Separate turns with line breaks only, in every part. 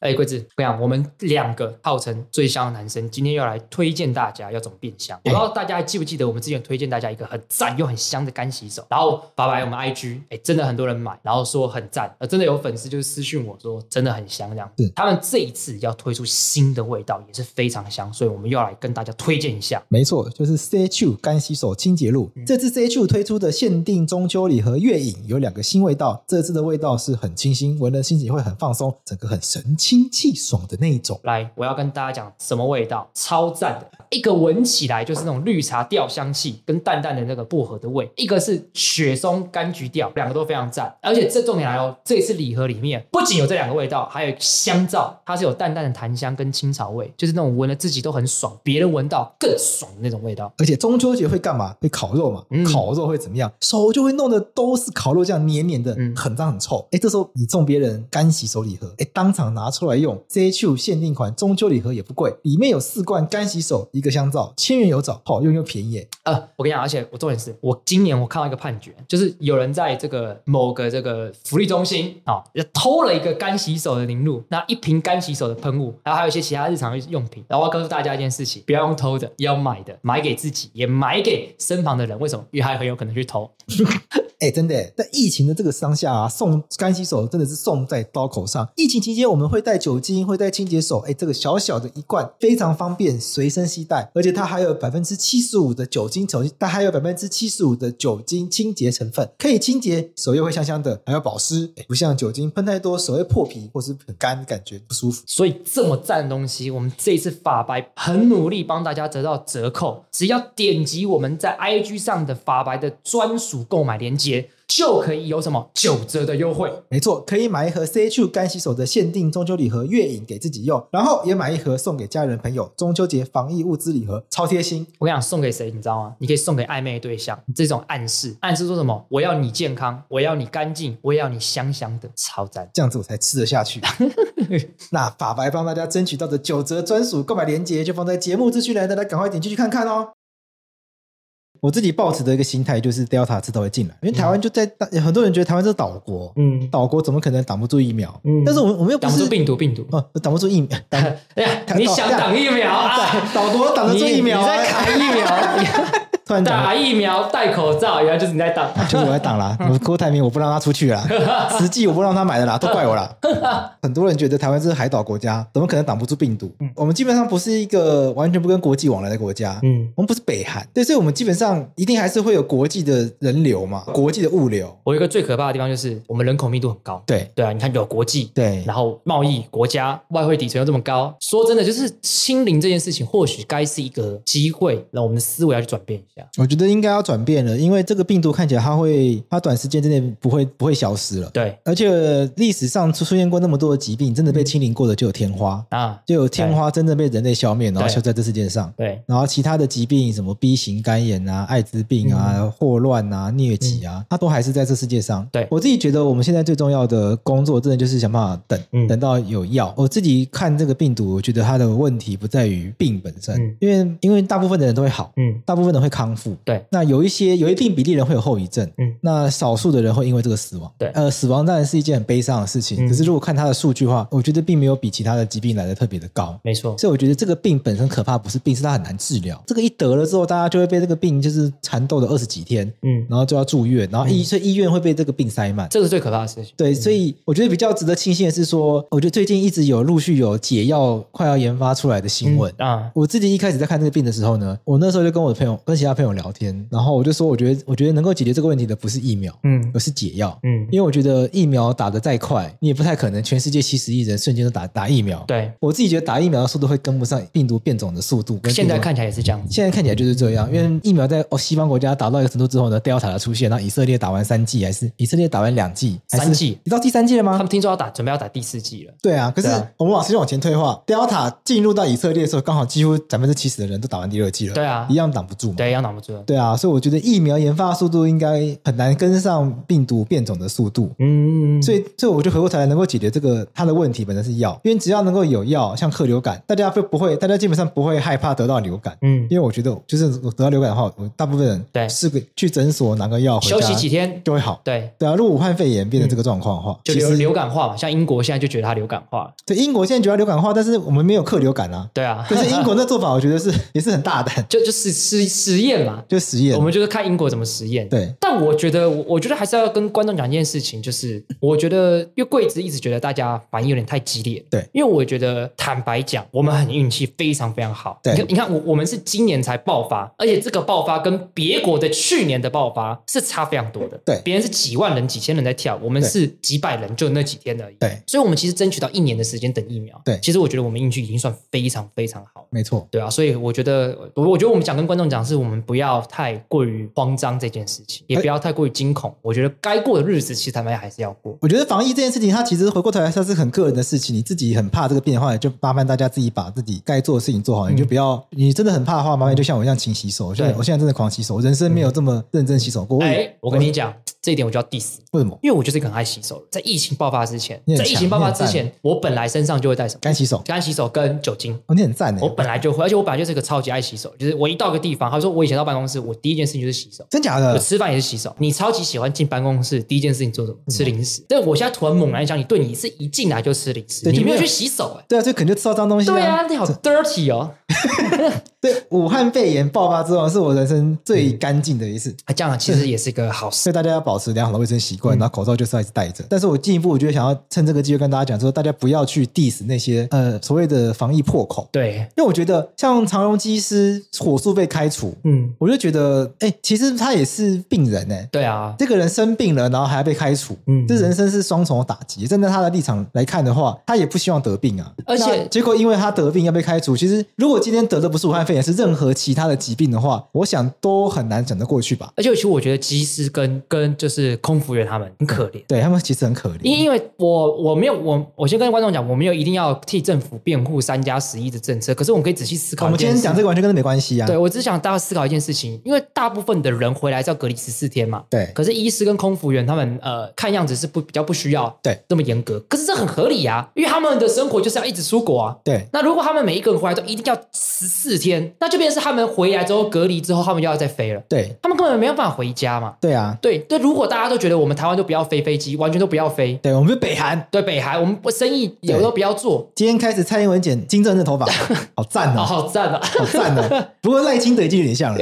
哎，桂子，我讲，我们两个号称最香的男生，今天要来推荐大家要怎么变香。我不知道大家还记不记得，我们之前推荐大家一个很赞又很香的干洗手，然后发来我们 IG，哎，真的很多人买，然后说很赞，呃，真的有粉丝就是私讯我说真的很香这样
是。
他们这一次要推出新的味道，也是非常香，所以我们要来跟大家推荐一下。
没错，就是 CH 干洗手清洁露。
嗯
这次 CH 推出的限定中秋礼盒月饮有两个新味道，这次的味道是很清新，闻了心情会很放松，整个很神清气爽的那一种。
来，我要跟大家讲什么味道，超赞的。一个闻起来就是那种绿茶调香气，跟淡淡的那个薄荷的味；一个是雪松柑橘调，两个都非常赞。而且这重点来哦，这次礼盒里面不仅有这两个味道，还有香皂，它是有淡淡的檀香跟青草味，就是那种闻了自己都很爽，别人闻到更爽的那种味道。
而且中秋节会干嘛？会烤肉嘛？
嗯
烤肉会怎么样？手就会弄得都是烤肉酱，黏黏的，
嗯
很脏很臭。哎，这时候你送别人干洗手礼盒，哎，当场拿出来用。CH 限定款中秋礼盒也不贵，里面有四罐干洗手，一个香皂，千元有找，好用又便宜耶。
呃，我跟你讲，而且我重点是我今年我看到一个判决，就是有人在这个某个这个福利中心啊、哦偷了一个干洗手的凝露，那一瓶干洗手的喷雾，然后还有一些其他日常用品。然后我要告诉大家一件事情，不要用偷的，要买的，买给自己，也买给身旁的人。为什么？因为他很有可能去偷。
哎，真的耶，在疫情的这个当下啊，送干洗手真的是送在刀口上。疫情期间，我们会带酒精，会带清洁手，哎，这个小小的一罐非常方便，随身携带，而且它还有百分之七十五的酒精成，它还有百分之七十五的酒精清洁成分，可以清洁，手又会香香的，还有保湿，哎不像酒精喷太多手会破皮或是很干，感觉不舒服。
所以这么赞的东西，我们这一次法白很努力帮大家得到折扣，只要点击我们在 IG 上的法白的专属购买链接，就可以有什么九折的优惠。
没错，可以买一盒 CH 干洗手的限定中秋礼盒月饮给自己用，然后也买一盒送给家人朋友，中秋节防疫物资礼盒超贴心。
我跟你讲，送给谁你知道吗？你可以送给暧昧的对象，这种暗示，暗示说什么？我要你健康，我要你干净，我要你香香的，超赞！
这样子我才吃得下去。 那法白帮大家争取到的九折专属购买链接就放在节目资讯栏，大家赶快点进去看看哦。我自己抱持的一个心态就是 Delta 迟早会进来，因为台湾就在、很多人觉得台湾是岛国，
嗯，
岛国怎么可能挡不住疫苗？
嗯
但是我们我们又不
挡不
是
住病毒，病毒。
哦，挡不住疫苗，挡
哎呀，你想挡疫苗 啊？
岛国哦挡得住疫苗
你
啊、
你在卡疫 苗，
突然讲
打疫苗戴口罩，原来就是你在挡。
就是啊我在挡 啦，我郭台铭我不让他出去啦，啊实际我不让他买的啦，都怪我啦。 很多人觉得台湾是海岛国家，怎么可能挡不住病毒？我们基本上不是一个完全不跟国际往来的国家，
嗯，
我们不是北韩，对，所以我们基本上一定还是会有国际的人流嘛，国际的物流，
我有一个最可怕的地方就是我们人口密度很高。
对
对啊，你看有国际，
对
然后贸易国家外汇底层又这么高，说真的，就是清零这件事情，或许该是一个机会，让我们的思维要去转变一下。
我觉得应该要转变了，因为这个病毒看起来它会，它短时间之内不会不会消失了，
对
而且历史上出出现过那么多的疾病，真的
嗯
被清零过的就有天花，
啊，
就有天花真的被人类消灭，然后
对
消在这世界上。
对，
然后其他的疾病，什么 B 型肝炎啊、艾滋病啊、霍乱啊、疟疾啊，它都还是在这世界上。
嗯对
我自己觉得，我们现在最重要的工作，真的就是想办法等，
嗯
等到有药。我自己看这个病毒，我觉得它的问题不在于病本身，
嗯
因为因为大部分的人都会好，
嗯，
大部分的人会康复。
对
那有一些有一定比例人会有后遗症，
嗯
那少数的人会因为这个死亡。
对
呃，死亡当然是一件很悲伤的事情，
嗯
可是如果看它的数据的话，我觉得并没有比其他的疾病来的特别的高。
没错，
所以我觉得这个病本身可怕，不是病，是它很难治疗。这个一得了之后，大家就会被这个病就是缠斗了二十几天，
嗯，
然后就要住院，然后医、所以医院会被这个病塞满。
这是最可怕的事情。
对，所以我觉得比较值得庆幸的是说，我觉得最近一直有陆续有解药快要研发出来的新闻。
啊，
我自己一开始在看这个病的时候呢，我那时候就跟我的朋友、跟其他朋友聊天，然后我就说，我觉得我觉得能够解决这个问题的不是疫苗，
嗯
而是解药。
嗯，
因为我觉得疫苗打得再快，你也不太可能全世界七十亿人瞬间都打打疫苗。
对，
我自己觉得打疫苗的速度会跟不上病毒变种的速度。跟
现在
病毒
看起来也是这样子。
现在看起来就是这样，因为疫苗在哦西方国家打到一个程度之后呢，Delta 的出现，然后以色列打完三剂，还是以色列打完两剂，还是
三剂
你到第三剂了
他
吗
们？听说要打，准备要打第四季了。
对啊，可是
对啊
我们往时间往前退化，Delta 进入到以色列的时候，刚好几乎百分之七十的人都打完第二剂了，
对啊
一样挡不住嘛。
对，要脑膜炎。
对啊，所以我觉得疫苗研发速度应该很难跟上病毒变种的速度。
嗯，
所以，所以我就回过头来能够解决这个它的问题，本身是药，因为只要能够有药，像克流感，大家会不会，大家基本上不会害怕得到流感，
嗯，
因为我觉得就是我得到流感的话，我大部分人
对
是个去诊所拿个药回家
休息几天，
就会好。
对，
对啊，如果武汉肺炎变成这个状况的话，
就
其
流
实
流感化嘛，像英国现在就觉得它流感化了。
对英国现在觉得流感化，但是我们没有克流感啊。
对啊，
但是英国那做法，我觉得是 也是很大胆，
就就实实实验嘛，
就实验
我。们就是看英国怎么实验。
对，
但我觉得，我我觉得还是要跟观众讲一件事情，就是我觉得，因为贵子一直觉得大家反应有点太激烈。
对，
因为我觉得坦白讲，我们很运气非常非常好。
对
你看，你看我我们是今年才爆发，而且这个爆发跟别国的去年的爆发是差非常多的。
对
别人是几万人、几千人在跳，我们
对
是几百人，就那几天而已。
对，
所以我们其实争取到一年的时间等疫苗。
对
其实我觉得我们运气已经算非常非常好了。
没错。
对啊，所以我觉得，我我觉得我们想跟观众讲，是我们不要太过于慌张这件事情，
哎
也不要太过于惊恐。我觉得该过的日子，其实坦白还是要过。
我觉得防疫这件事情，它其实回过头来，它是很个人的事情。你自己很怕这个变化，就麻烦大家自己把自己该做的事情做好。你就不要，你真的很怕的话，麻烦就像我一样勤洗手。我现在
嗯对
我现在真的狂洗手，我人生没有这么认真洗手过。
哎，我跟你讲，这一点我就要 diss，
为什么
因为我就是一个很爱洗手的人。在疫情爆发之前
你，很
在
强
疫情爆发之前，我本来身上就会带什么？
干洗手？
干洗手跟酒精。
哦，你很赞
我
诶，
本来就会，而且我本来就是一个超级爱洗手，就是我一到一个地方，他说我以前到办公室，我第一件事情就是洗手。
真假
我
的？
吃饭也是洗手。你超级喜欢进办公室，第一件事情做什么？吃零食。但我现在突然猛然想起，对你是一进来就吃零食，
对
你
就没
没有
有
去洗手哎、
对啊，所以可能就吃到脏东西
对啊，你好 dirty 哦！
对，武汉肺炎爆发之后，是我人生最干净的一次。
啊，这样其实也是个好事。
所以大家要保持良好的卫生习
嗯
惯，然后口罩就是要一直戴着。但是我进一步，我就想要趁这个机会跟大家讲说，大家不要去 diss 那些呃所谓的防疫破口，
对，
因为我觉得像长荣机师火速被开除，
嗯，
我就觉得哎、其实他也是病人哎、
对啊，
这个人生病了，然后还要被开除，
嗯
这人生是双重打击。站在他的立场来看的话，他也不希望得病啊。
而且
那结果因为他得病要被开除，其实如果今天得的不是武汉肺炎，是任何其他的疾病的话，我想都很难讲得过去吧。
而且其实我觉得机师跟跟就是空服员他们很可怜。
对他们其实很可怜，
因因为我我没有我我先跟观众讲，我没有一定要替政府辩护三加十一的政策，可是我们可以仔细思考一
我们今
件
天
事。
讲这个完全跟这没关系啊。
对，我只想大家思考一件事情，因为大部分的人回来是要隔离十四天嘛，
对
可是医师跟空服员他们呃，看样子是不比较不需要
对
这么严格，可是这很合理啊，因为他们的生活就是要一直出国啊。
对
那如果他们每一个人回来都一定要十四天，那就变成是他们回来之后隔离之后，他们就要再飞了，
对
他们根本没有办法回家嘛。
对啊，
对，对，如果大家都觉得我们台湾都不要飞飞机，完全都不要飞，
对我们是北韩。
对北韩我们不生意也
对
都不要做，
今天开始，蔡英文剪金正恩 的头发，好赞
啊，
哦，
好赞啊！
好赞 哦。不过赖清德已经有点像了，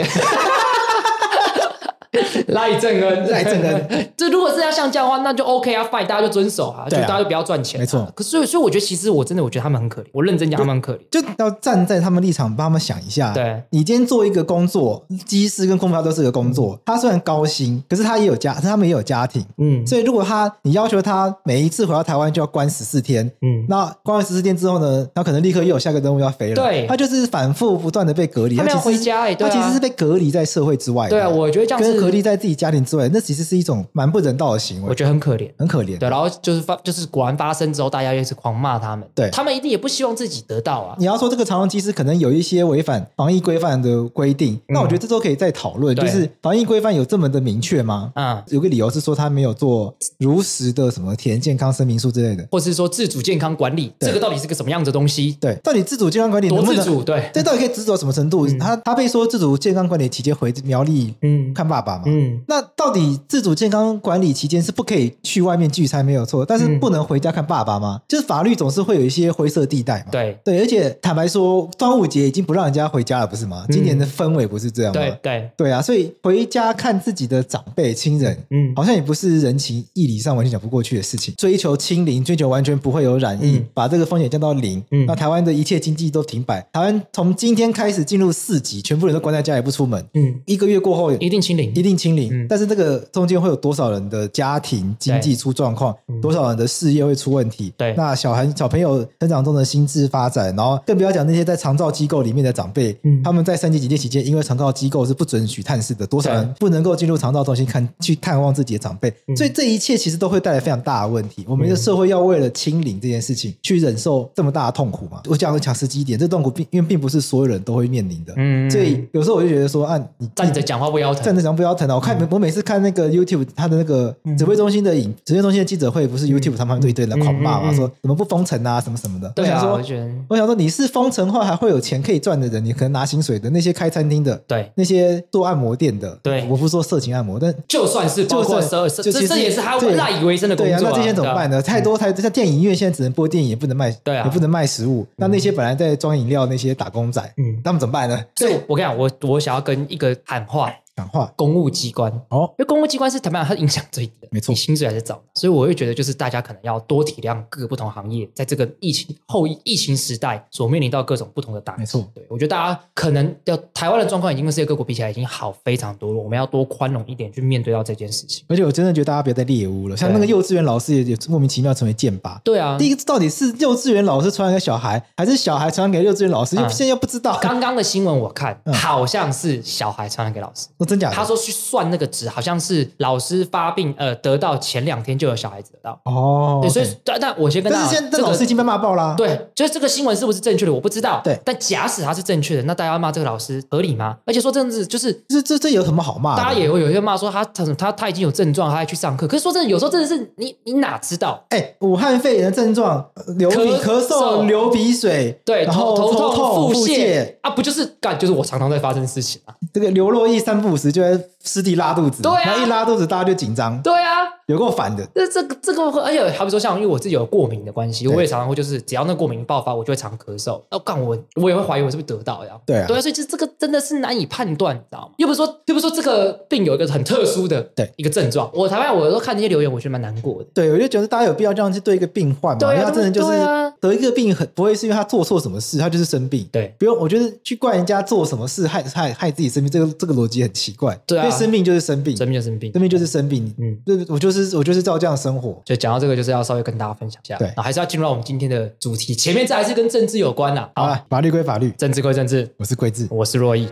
赖正恩，
赖正恩，
这如果是要像这样的话，那就 OK 啊，fine，大家就遵守啊，就
对啊
大家就不要赚钱啊、
没错
可是所以，所以我觉得其实我真的，我觉得他们很可怜，我认真讲，他们很可怜。
就要站在他们立场帮他们想一下。
对，
你今天做一个工作，机师跟空服员都是个工作，他虽然高薪，可是他也有家，他们也有家庭。
嗯，
所以，如果他你要求他每一次回到台湾就要关十四天，
嗯
那关完十四天之后呢，他可能立刻又有下个任务要飞了，
对
他就是反复不断的被隔离，
他没有
其实
回家欸对
他
啊
其实是被隔离在社会之外的，
对啊，我觉得这样
跟隔离
是，
在自己家庭之外，那其实是一种蛮不人道的行
我
为，
觉得很可怜。
很可怜。
对，然后就是发，就是果然发生之后，大家又是狂骂他们。
对
他们一定也不希望自己得到啊。
你要说这个长荣机师可能有一些违反防疫规范的规定，那我觉得这都可以再讨论，
嗯对
就是防疫规范有这么的明确吗？
嗯，
有个理由是说他没有做如实的什么填健康声明书之类的。
或是说自主健康管理，
对
这个到底是个什么样子的东西？
对，到底自主健康管理
多
能不
自
能？
主？嗯对，
这到底可以自主到什么程度？他他被说自主健康管理期间回苗栗
嗯
看啊爸爸嘛。
嗯，
那到底自主健康管理期间是不可以去外面聚餐没有错，但是
嗯
不能回家看爸爸吗？就是法律总是会有一些灰色地带嘛。
对
对，而且坦白说，端午节已经不让人家回家了，不是吗？今年的氛围不是这样
嗯
吗？
对对，
对啊，所以回家看自己的长辈亲人，
嗯，
好像也不是人情义理上完全讲不过去的事情。追求清零，追求完全不会有染疫，
嗯
把这个风险降到零。
嗯
那台湾的一切经济都停摆，台湾从今天开始进入四级，全部人都关在家也不出门。
嗯，
一个月过后，
一定清零。
一定清清零，
嗯
但是这个中间会有多少人的家庭经济出状况
嗯，
多少人的事业会出问题？
对
那小孩小朋友成长中的心智发展，然后更不要讲那些在长照机构里面的长辈，
嗯
他们在三级警戒期间，因为长照机构是不准许探视的，多少人
对
不能够进入长照中心看去探望自己的长辈，
嗯
所以这一切其实都会带来非常大的问题。我们的
嗯
社会要为了清零这件事情去忍受这么大的痛苦嘛？我讲讲实际一点，这痛苦并因为并不是所有人都会面临的，
嗯
所以有时候我就觉得说，啊，你
站着讲话不腰疼，
站着讲不腰疼啊！我
嗯
看、我每次看那个 YouTube 他的那个指挥中心的影，指挥中心的记者会，不是 YouTube 他们对一堆人狂骂
嗯嗯
嘛，
嗯嗯
说怎么不封城啊，什么什么的。
对
我想
啊，
说
我觉得
我想说，你是封城后还会有钱可以赚的人，你可能拿薪水的那些开餐厅的，
对。
那些做按摩店的，
对
我不是说色情按摩，但
就算是包括
就算
十二，这
就其实
这也是他
对
赖以为生的工
对
作、
啊，那这些怎么办呢？太多太多像电影院现在只能播电影，也不能卖，
对啊
也不能卖食物。那那些本来在装饮料那些打工仔，
嗯
他们怎么办呢？
所以我跟你讲，我我想要跟一个喊话，
讲话
公务机关，
哦，
因为公务机关是坦白讲，它影响最低的，
没错
你薪水还是涨，所以我会觉得就是大家可能要多体谅各个不同行业在这个疫情后疫情时代所面临到各种不同的打击。
没错，
对我觉得大家可能要台湾的状况已经跟世界各国比起来已经好非常多了，我们要多宽容一点去面对到这件事情。
而且我真的觉得大家不要再猎物了，像那个幼稚园老师也也莫名其妙成为剑拔。
对啊
第，一个到底是幼稚园老师传染给小孩，还是小孩传染给幼稚园老师？
嗯
又现在又不知道，
刚刚的新闻我看
嗯哎
好像是小孩传染给老师。
我哦真假的？
他说去算那个值，好像是老师发病，呃，得到前两天就有小孩子得到。
哦
对，所以
OK
但但我先跟大
但
家
是
讲，
现在这
这个
老师已经被骂爆啦。
对，就是这个新闻是不是正确的，我不知道。
对
但假使他是正确的，那大家骂这个老师合理吗？而且说真的，就是
这这这有什么好骂的？
大家也会有一些骂说他他他他已经有症状，他还去上课。可是说真的，有时候真的是你你哪知道？
哎、武汉肺炎的症状，呃流鼻
咳
咳
嗽
嗽、流鼻水，
对，
然后
头
头
痛、
腹
泻啊，不就是干就是我常常在发生事情啊。
这个流落意三不五时就在湿地拉肚子，
对啊
然后一拉肚子大家就紧张，
对啊，
有够烦的。
那这个这个会，而且好比说像，因为我自己有过敏的关系，
对
我也常常会就是只要那过敏爆发，我就会常咳嗽。那干我我也会怀疑我是不是得到呀？
对啊
对啊，所以这这个真的是难以判断，你知道吗？又不是说又不是说这个病有一个很特殊的
对
一个症状，我台湾我都看那些留言，我觉得蛮难过的。
对，我就觉得大家有必要这样去对一个病患嘛，
对啊
因为他真的就是
对啊
得一个病很不会是因为他做错什么事，他就是生病。
对
不用，我觉得去怪人家做什么事害害害自己生病，这个这个逻辑很奇怪。
对啊
因为生病就是生病，
生
嗯生
病就生病，
病就是生病。
嗯
嗯，对，我就是我就是照这样生活。
就讲到这个，就是要稍微跟大家分享一下，
对
然后还是要进入到我们今天的主题。前面这还是跟政治有关啦、
好啊
好，
了，法律归法律，
政治归政治，
我是桂智。
我是若意。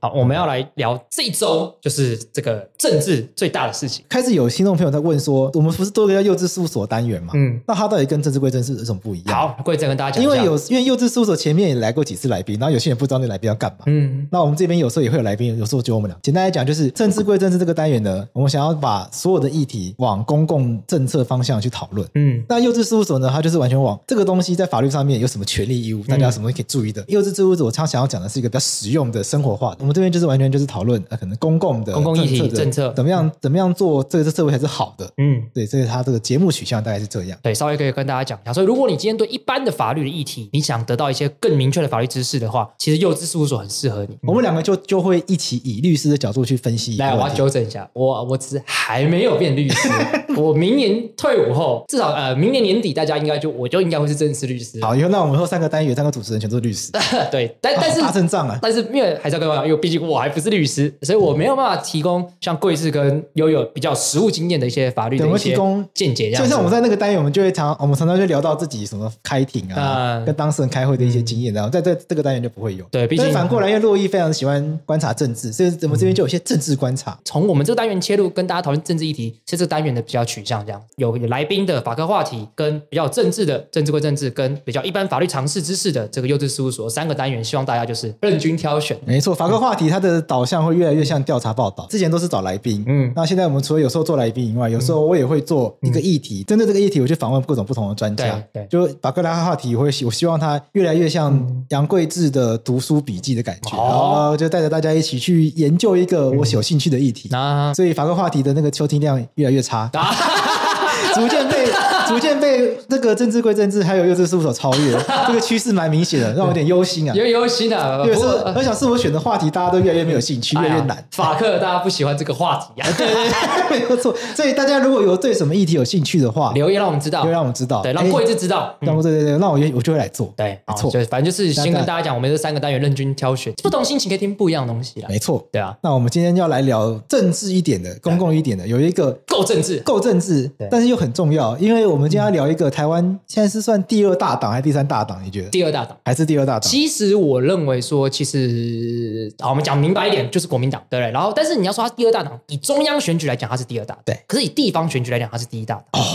好，我们要来聊这一周就是这个政治最大的事情。
开始有听众朋友在问说，我们不是多了一个幼稚事务所单元嘛？
嗯，
那它到底跟政治归政治有什么不一样？
好，贵正跟大家讲一
因
下，
为有因为幼稚事务所前面也来过几次来宾，然后有些人不知道那来宾要干嘛。
嗯
那我们这边有时候也会有来宾，有时候就我们俩。简单来讲，就是政治归政治这个单元呢，我们想要把所有的议题往公共政策方向去讨论。
嗯
那幼稚事务所呢，它就是完全往这个东西在法律上面有什么权利义务，
嗯
大家有什么可以注意的。幼稚事务所它想要讲的是一个比较实用的生活化的，我们这边就是完全就是讨论呃可能公共的
公共议题
政策的
政策
怎么样怎么样做这个社会才是好的。
嗯，
对，所以它这个节目取向大概是这样。
对，稍微可以跟大家讲一下。所以，如果你今天对一般的法律的议题，你想得到一些更明确的法律知识的话，其实幼稚事务所很适合你。
我们两个就就会一起以律师的角度去分析一个
嗯来，
问题。
我要纠正一下，我我只是还没有变律 师，我明年退伍后，至少呃明年年底，大家应该就我就应该会是正式律师。
好，以后那我们以后三个单元，三个主持人全都是律师，
对，但但是、
打胜仗啊！
但是因为还是要跟我讲，因为毕竟我还不是律师，所以我没有办法提供像贵志跟悠悠比较实务经验的一些法律的
对我
一
们
些
提供
见解这样
就
子。
像我们在那个单元，我们就会常，我们常常就聊到自己什么开庭啊，
嗯
跟当事人开会的一些经验，然后在在这个单元就不会有。
对毕竟
但是反过来，因为洛伊非常喜欢观察政治，所以我们这边就有一些政治观察。
从我们这个单元切入，跟大家讨论政治议题，是这个单元的比较取向这样。有有来宾的法科话题，跟比较政治的政治归政治，跟比较一般法律常识知识的这个幼稚事务所三个单元，希望大家就是任君挑选。
没错，法科话题它的导向会越来越像调查报道。之前都是找来宾，
嗯
嗯，那现在我们除了有时候做来宾以外，有时候我也会做一个议题，针对这个议题，我去访问各种不同的专家。
嗯对对嗯
就法克拉哈话题，我会希我希望它越来越像杨贵志的读书笔记的感觉，
哦嗯
然后就带着大家一起去研究一个我有兴趣 的议题。
那
所以法克话题的那个收听量越来越差，
啊，
逐渐被逐渐被那个政治归政治，还有幼稚事务所超越，这个趋势蛮明显的，让我有点忧心啊。
有忧心啊，
因为
不
是
过呃
我想是我选的话题，大家都越来越没有兴趣，越来越
哎
难
呀。法克大家不喜欢这个话题 啊，对对，
没有错，所以大家如果有对什么议题有兴趣的话，
留言让我们知道
就，让我们知道，
对，让
哎
贵子知道。嗯
让我对对对，那我也我就会来做。
对，
没
好
错
就反正就是先
那
跟
那
大家讲，我们这三个单元任君挑选，不同心情可以听不一样的东西啦。
没错。
对啊，
那我们今天要来聊政治一点的、公共一点的，有一个
够政治，
够政治
对，嗯
但是又很重要，因为我们今天要聊一个台湾现在是算第二大党还是第三大党？你觉得？
第二大党。
还是第二大党？
其实我认为说，其实好，我们讲明白一点，就是国民党，对不对？然后，但是你要说它是第二大党，以中央选举来讲，它是第二大党，
对
可是以地方选举来讲，它是第一大党。哦，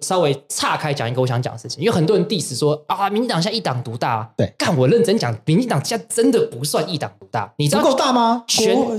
稍微岔开讲一个我想讲的事情，因为很多人 diss 说啊，民进党现在一党独大、啊。
对
干我认真讲，民进党现在真的不算一党独大，你知
不
道
够大吗？国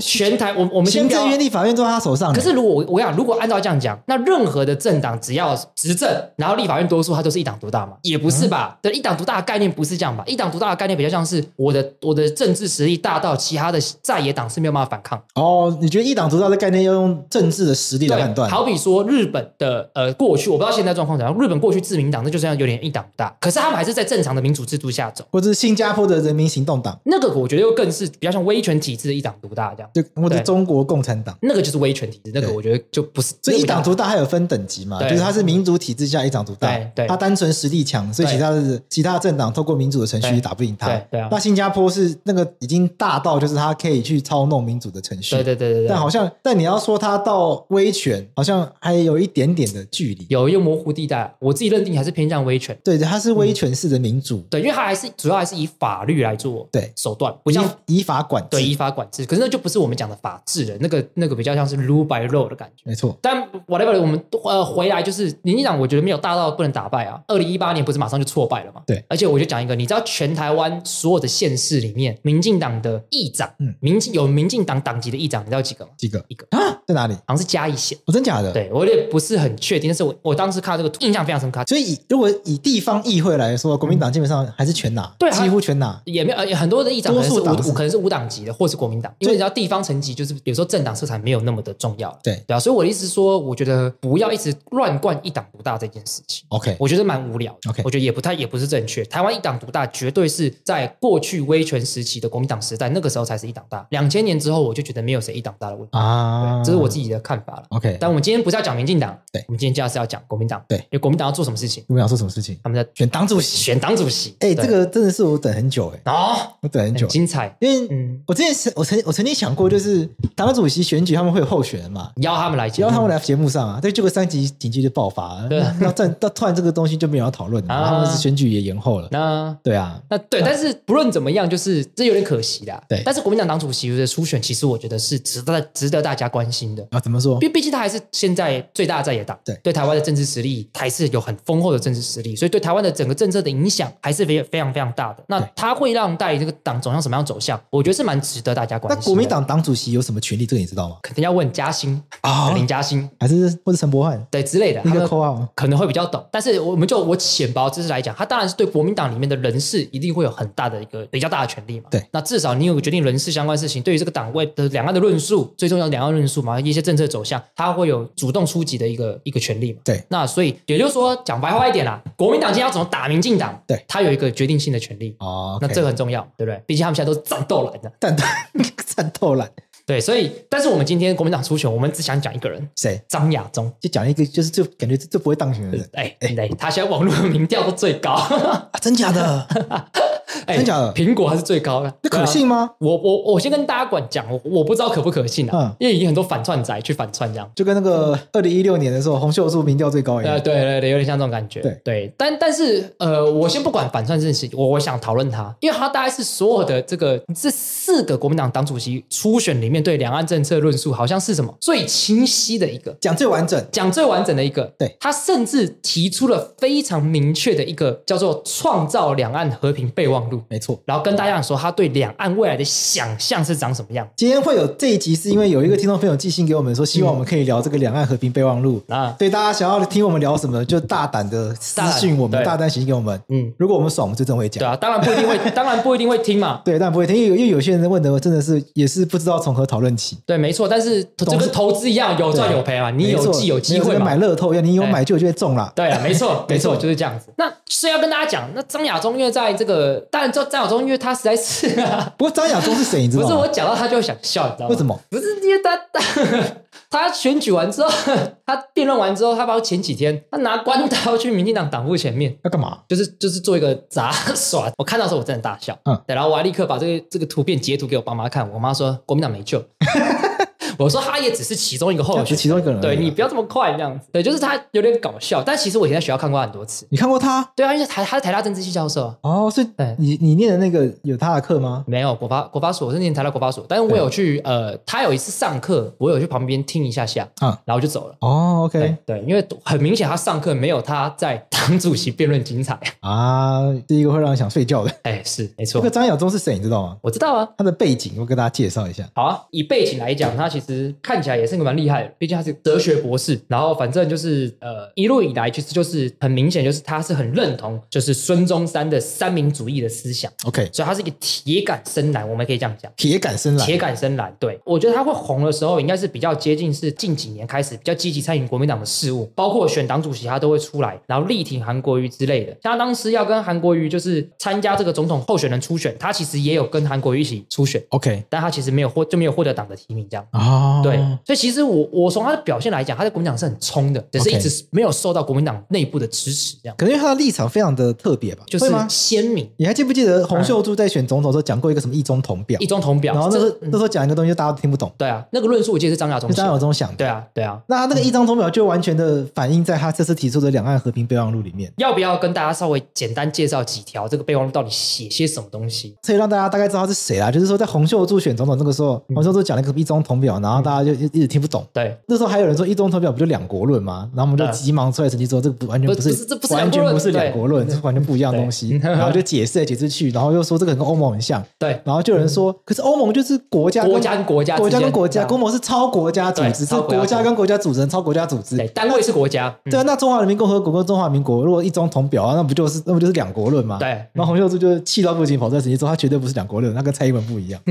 全全台，我我们先
行
不要
政院立法院都在他手上呢。
可是如果我我跟你讲，如果按照这样讲，那任何的政党只要执政，然后立法院多数，它都是一党独大嘛？嗯也不是吧？对，一党独大的概念不是这样吧？一党独大的概念比较像是我的我的政治实力大到其他的在野党是没有办法反抗。
哦，你觉得一党独大的概念要用政治的实力来判
对，
断？
好比说日本的呃过去，我不知道现在状况怎样。日本过去自民党那就这样有点一党独大，可是他们还是在正常的民主制度下走。
或者是新加坡的人民行动党，
那个我觉得又更是比较像威权体制的一党独大这样。
就或者是
对
中国共产党。
那个就是威权体制，那个
对
我觉得就不是。
所以一
那
党
个
独大还有分等级嘛，就
对
是它是民主体制下一党独大
对，对
它单纯实力强，所以
对
其他的其他的政党透过民主的程序
对
打不赢它
对对啊。
那新加坡是那个已经大到就是它可以去操弄民主的程序，
对对对对对，
但好像但你要说它到威权，好像还有一点点的距离。
有一个模糊地带，我自己认定还是偏向威权。
对，它是
嗯
威权式的民主，
对，因为它还是主要还是以法律来做
对
手段，不像
依依法管
对
制，
依法管制。可是那就不是我们讲的法治了，那个那个比较像是 rule by law 的感觉。
没错。
但 whatever，我们呃回来就是民进党，我觉得没有大到不能打败啊。二零一八年不是马上就挫败了嘛？
对
而且我就讲一个，你知道全台湾所有的县市里面，民进党的议长，
嗯
民进有民进党党籍的议长，你知道有几个吗？
几个
一个
啊，在哪里？
好像是嘉义县。
哦，真假的？。
对我也不是很确定，但是我我当时看到这个印象非常深刻，
所以以如果以地方议会来说，国民党基本上还是全拿，
嗯对啊
几乎全拿。
也没有，呃，很多的议长可
多
能是
数党是
无可能是无党籍的，或是国民党，因为你知道地方层级就是有时候政党色彩没有那么的重要，
对
对啊，所以我的意思是说，我觉得不要一直乱冠一党独大这件事情。
OK，
我觉得蛮无聊的
OK
我觉得也不太也不是正确。台湾一党独大，绝对是在过去威权时期的国民党时代，那个时候才是一党大。两千年之后，我就觉得没有谁一党大的问题，
啊，
对这是我自己的看法了。
OK。
但我们今天不是要讲民进党，
对
我们今天就是要讲国民党，
对
因为国民党要做什么事情，
你们想说什么事情？
他们在
选党主席。
选党主席。对
哎、这个真的是我等很久哎、
哦，
我等很久
很，精彩。
因为
嗯，
我之前是我曾我曾经想过，就是党主席选举他们会有候选人嘛，
邀他们来节
只
目，
要他们来节目上啊，对，结果三级警戒就爆发了，
嗯对
那突然到突然这个东西就没有要讨论了，
啊
他们是选举也延后了，
那
对啊，
那对，但是不论怎么样，就是这有点可惜啦。
对
但是国民党党主席的初选，其实我觉得是值得值得大家关心的，
啊怎么说
因？为毕竟他还是现在最大的在野党，
对
对台湾的政治实力还是有很丰厚的政治实力，所以对台湾的整个政策的影响还是非非常非常大的。那
对
他会让带这个党走向什么样走向，我觉得是蛮值得大家关
那
心的。
国民党党主席有什么权利？这个你知道吗？
肯定要问嘉兴
啊
林嘉兴
还是或者陈柏翰
对之类的，
一
他
个
们
扣号？
可能会比较懂，但是我们就我浅薄知识来讲，他当然是对国民党里面的人事一定会有很大的一个比较大的权利嘛。
对
那至少你有决定人事相关事情，对于这个党位的两岸的论述，最重要的两岸论述嘛，一些政策走向，他会有主动出击的一个一个权利嘛。
对
那所以也就是说，讲白话一点啦，国民党今天要怎么打民进党，
对
他有一个决定性的权利。
哦，
那
OK
这个很重要，对不对？毕竟他们现在都是战斗蓝的，
战斗 战斗蓝
对，所以，但是我们今天国民党初选，我们只想讲一个人，
谁？
张亚中。
就讲一个，就是就感觉就不会当选的人
哎、哎，他现在网络的民调都最高，
啊，真假的？
哎
真假的
苹果还是最高的，
那可
对啊？
信吗？
我我我先跟大家管讲，我我不知道可不可信啊，
嗯
因为已经很多反串仔去反串这样。
就跟那个二零一六年的时候，洪秀柱民调最高一
呃，
样。
嗯对对对，有点像这种感觉。
对
但但是呃，我先不管反串事情，我我想讨论他，因为他大概是所有的这个这四个国民党党主席初选里面对两岸政策论述，好像是什么最清晰的一个，
讲最完整，
讲最完整的一个，
对
他甚至提出了非常明确的一个叫做“创造两岸和平备忘录
没错。”，
然后跟大家讲说他对两岸未来的想象是长什么样。
今天会有这一集，是因为有一个听众朋友寄信给我们说，希望我们可以聊这个两岸和平备忘录。
嗯啊，
对，大家想要听我们聊什么，就大胆的私讯我
大
们，
胆对
大胆写信给我们。
嗯，
如果我们爽，我们就真会
对
讲。
啊，当然不一定会，当然不一定会听嘛。
对，但不会听，因为因为有些人问的真的是也是不知道从和讨论起。
对，没错。但是这
总是
跟投资一样，有赚有赔嘛，你
没
有
错
记有机
没
会
错跟
嘛
买。乐透一样，你有
哎
买就有机会中啦。
对啊，没错，没错，
没错
就是这样子。那是要跟大家讲，那张亚中因为在这个，当然，这张亚中因为他实在是、 啊，
不过张亚中是谁，你知
不
道
是
吗
我？讲到他就想笑，你知道吗？
为什么？
不是因为他 他他选举完之后， 他辩论完之后，他包括前几天他拿关刀去民进党党部前面，
要干嘛？
就是就是做一个杂耍。我看到的时候我真的大笑，
嗯
嗯，对，然后我还立刻把这个这个图片截图给我爸妈看，我妈说国民党没救。 我说他也只是其中一个候
我
选
是
人，
其中一个人而已啊。
哦对你不要这么快这样子，对，就是他有点搞笑，但其实我以前在学校看过他很多次。
你看过他
对啊，因为台他是台大政治系教授啊，
哦？所以
对
你你念的那个有他的课吗？
没有国发国发所，我是念台大国发所，但是我
对
有去呃，他有一次上课，我有去旁边听一下下，
嗯
然后就走了。
哦，OK
对对，因为很明显他上课没有他在党主席辩论精彩。
啊，第一个会让人想睡觉的。
哎，是没
这
错
个，张亚中是谁，你知道吗？
我知道啊。
他的背景我跟大家介绍一下。
好啊，以背景来讲，他其实看起来也是个蛮厉害的，毕竟他是哲学博士。然后反正就是呃，一路以来其实就是很明显，就是他是很认同就是孙中山的三民主义的思想，
OK，
所以他是一个铁杆深蓝，我们可以这样讲。
铁杆深蓝
铁杆深蓝，对我觉得他会红的时候，应该是比较接近是近几年开始比较积极参与国民党的事务，包括选党主席他都会出来，然后力挺韩国瑜之类的。像他当时要跟韩国瑜就是参加这个总统候选人初选，他其实也有跟韩国瑜一起初选，
，OK
但他其实没有获就没有获得党的提名这样。
啊，
对，所以其实我我从他的表现来讲，他在国民党是很冲的，只是
OK
一直没有受到国民党内部的支持，这样
可能因为他的立场非常的特别吧？
就是嗯
会吗？
鲜明
你还记不记得洪秀柱在选总统的时候讲过一个什么一中同表
一？中同表。嗯
然后那时
这
候那时候讲一个东西，大家都听不懂，
对啊，那个论述我记得是张亚中
就
写的，
张亚中想的。
对啊对啊，
那他那个一张同表就完全的反映在他这次提出的两岸和平备忘录里面，
要不要跟大家稍微简单介绍几条这个备忘录到底写些什么东西？
所以让大家大概知道他是谁啦。就是说，在洪秀柱选总统那个时
嗯
候，洪秀柱讲了一个一中同表，然后大家就一直听不懂。
对，
那时候还有人说一中投票不就两国论吗？然后我们就
嗯
急忙出来澄清说这个不完全
不
不是，
不是这不是
完全
两国论
不是两国论，
对
这是完全不一样的东西。
对
然后就解释来解释去，然后又说这个跟欧盟很像，
对，
然后就有人说，可是欧盟就是国家跟
嗯国家跟国家之
国
间，
家跟国家，
啊
欧盟是超国家组
对
织，是
超国家
国家跟国家组成超国家组织。
对单位是国家，嗯
嗯对啊，那中华人民共和国跟中华民国如果一中同表啊，那不就是那不就是两国论吗？
对
然后洪秀柱就气到不行，跑出来直接说他绝对不是两国论，他跟蔡英文不 一样。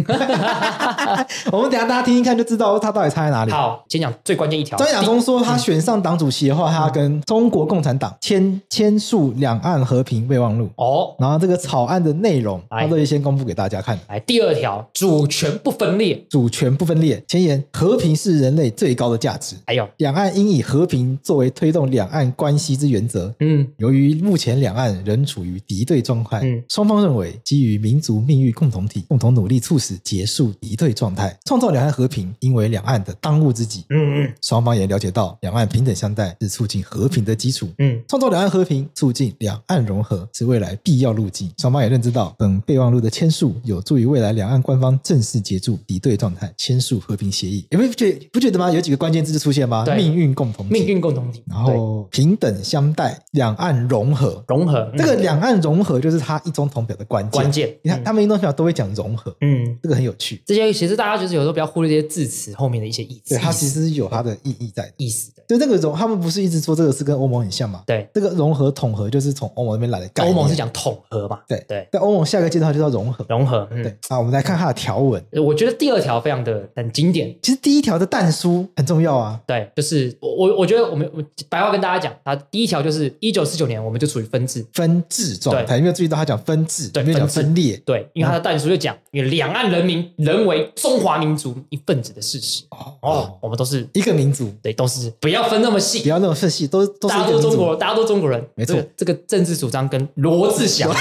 我们等一下大家听听看就知道他到底差在哪里。
好，先讲最关键一条，
张亚中说，他选上党主席的话，他要跟中国共产党签签署两岸和平备忘录，
哦，
然后这个草案的内容，
哎
他都已经先公布给大家看。
来第二条，主权不分裂，
主权不分裂，前言：和平是人类最高的价值，
还有，
两岸应以和平作为推动两岸关系之原则。
嗯，
由于目前两岸仍处于敌对状态，
嗯
双方认为基于民族命运共同体，共同努力促使结束敌对状态，创造两岸和平，应为两岸的当务之急。
嗯嗯
双方也了解到，两岸平等相待是促进和平的基础。
嗯，
创造两岸和平，促进两岸融合是未来必要路径。双方也认知到，本备忘录的签署有助于未来两岸官方正式结束敌对状态，签署和平协议。你们觉不觉得吗？有几个关键字就出现吗？
对
命运共同体，
命运共同体，
然
对
后平等相待，两岸融合。
融合，嗯
这个两岸融合就是它一中同表的关键。
关，键，
你看
嗯
他们一中同表都会讲融合，
嗯，
这个很有趣。
这些其实大家就是有时候不要忽略这些字词后面的一些意思，
对，它
意思
其实有它的意义在的。
意思的，
对，那个融，他们不是一直说这个是跟欧盟很像吗？
对，
这个融合统合就是从欧盟那边来的概
欧
念。
盟是讲统合嘛，
对
对，
在欧盟下一个阶段就叫融合。
融合，嗯
对，啊，我们来看它的条文。
我觉得第二条非常的很经典，
其实第一条的淡书很重要啊，
对，就是我我我觉得我们我白话跟大家讲，啊，第一条就是一九四九年我们就处于分治，
分治状态，
对
有没有注意到他讲分治，
对
没有讲
分治
分裂？
对，因为他的弹书就讲，因为两岸人民仍为中华民族一份子的事实。哦，我们都是
一个民族，
对，都是不要分那么
不
细，
要那么分析，都都是
大
一
家
个
都
民
中
族。
国，大家都中国人，
没错
这个，这个政治主张跟罗志 祥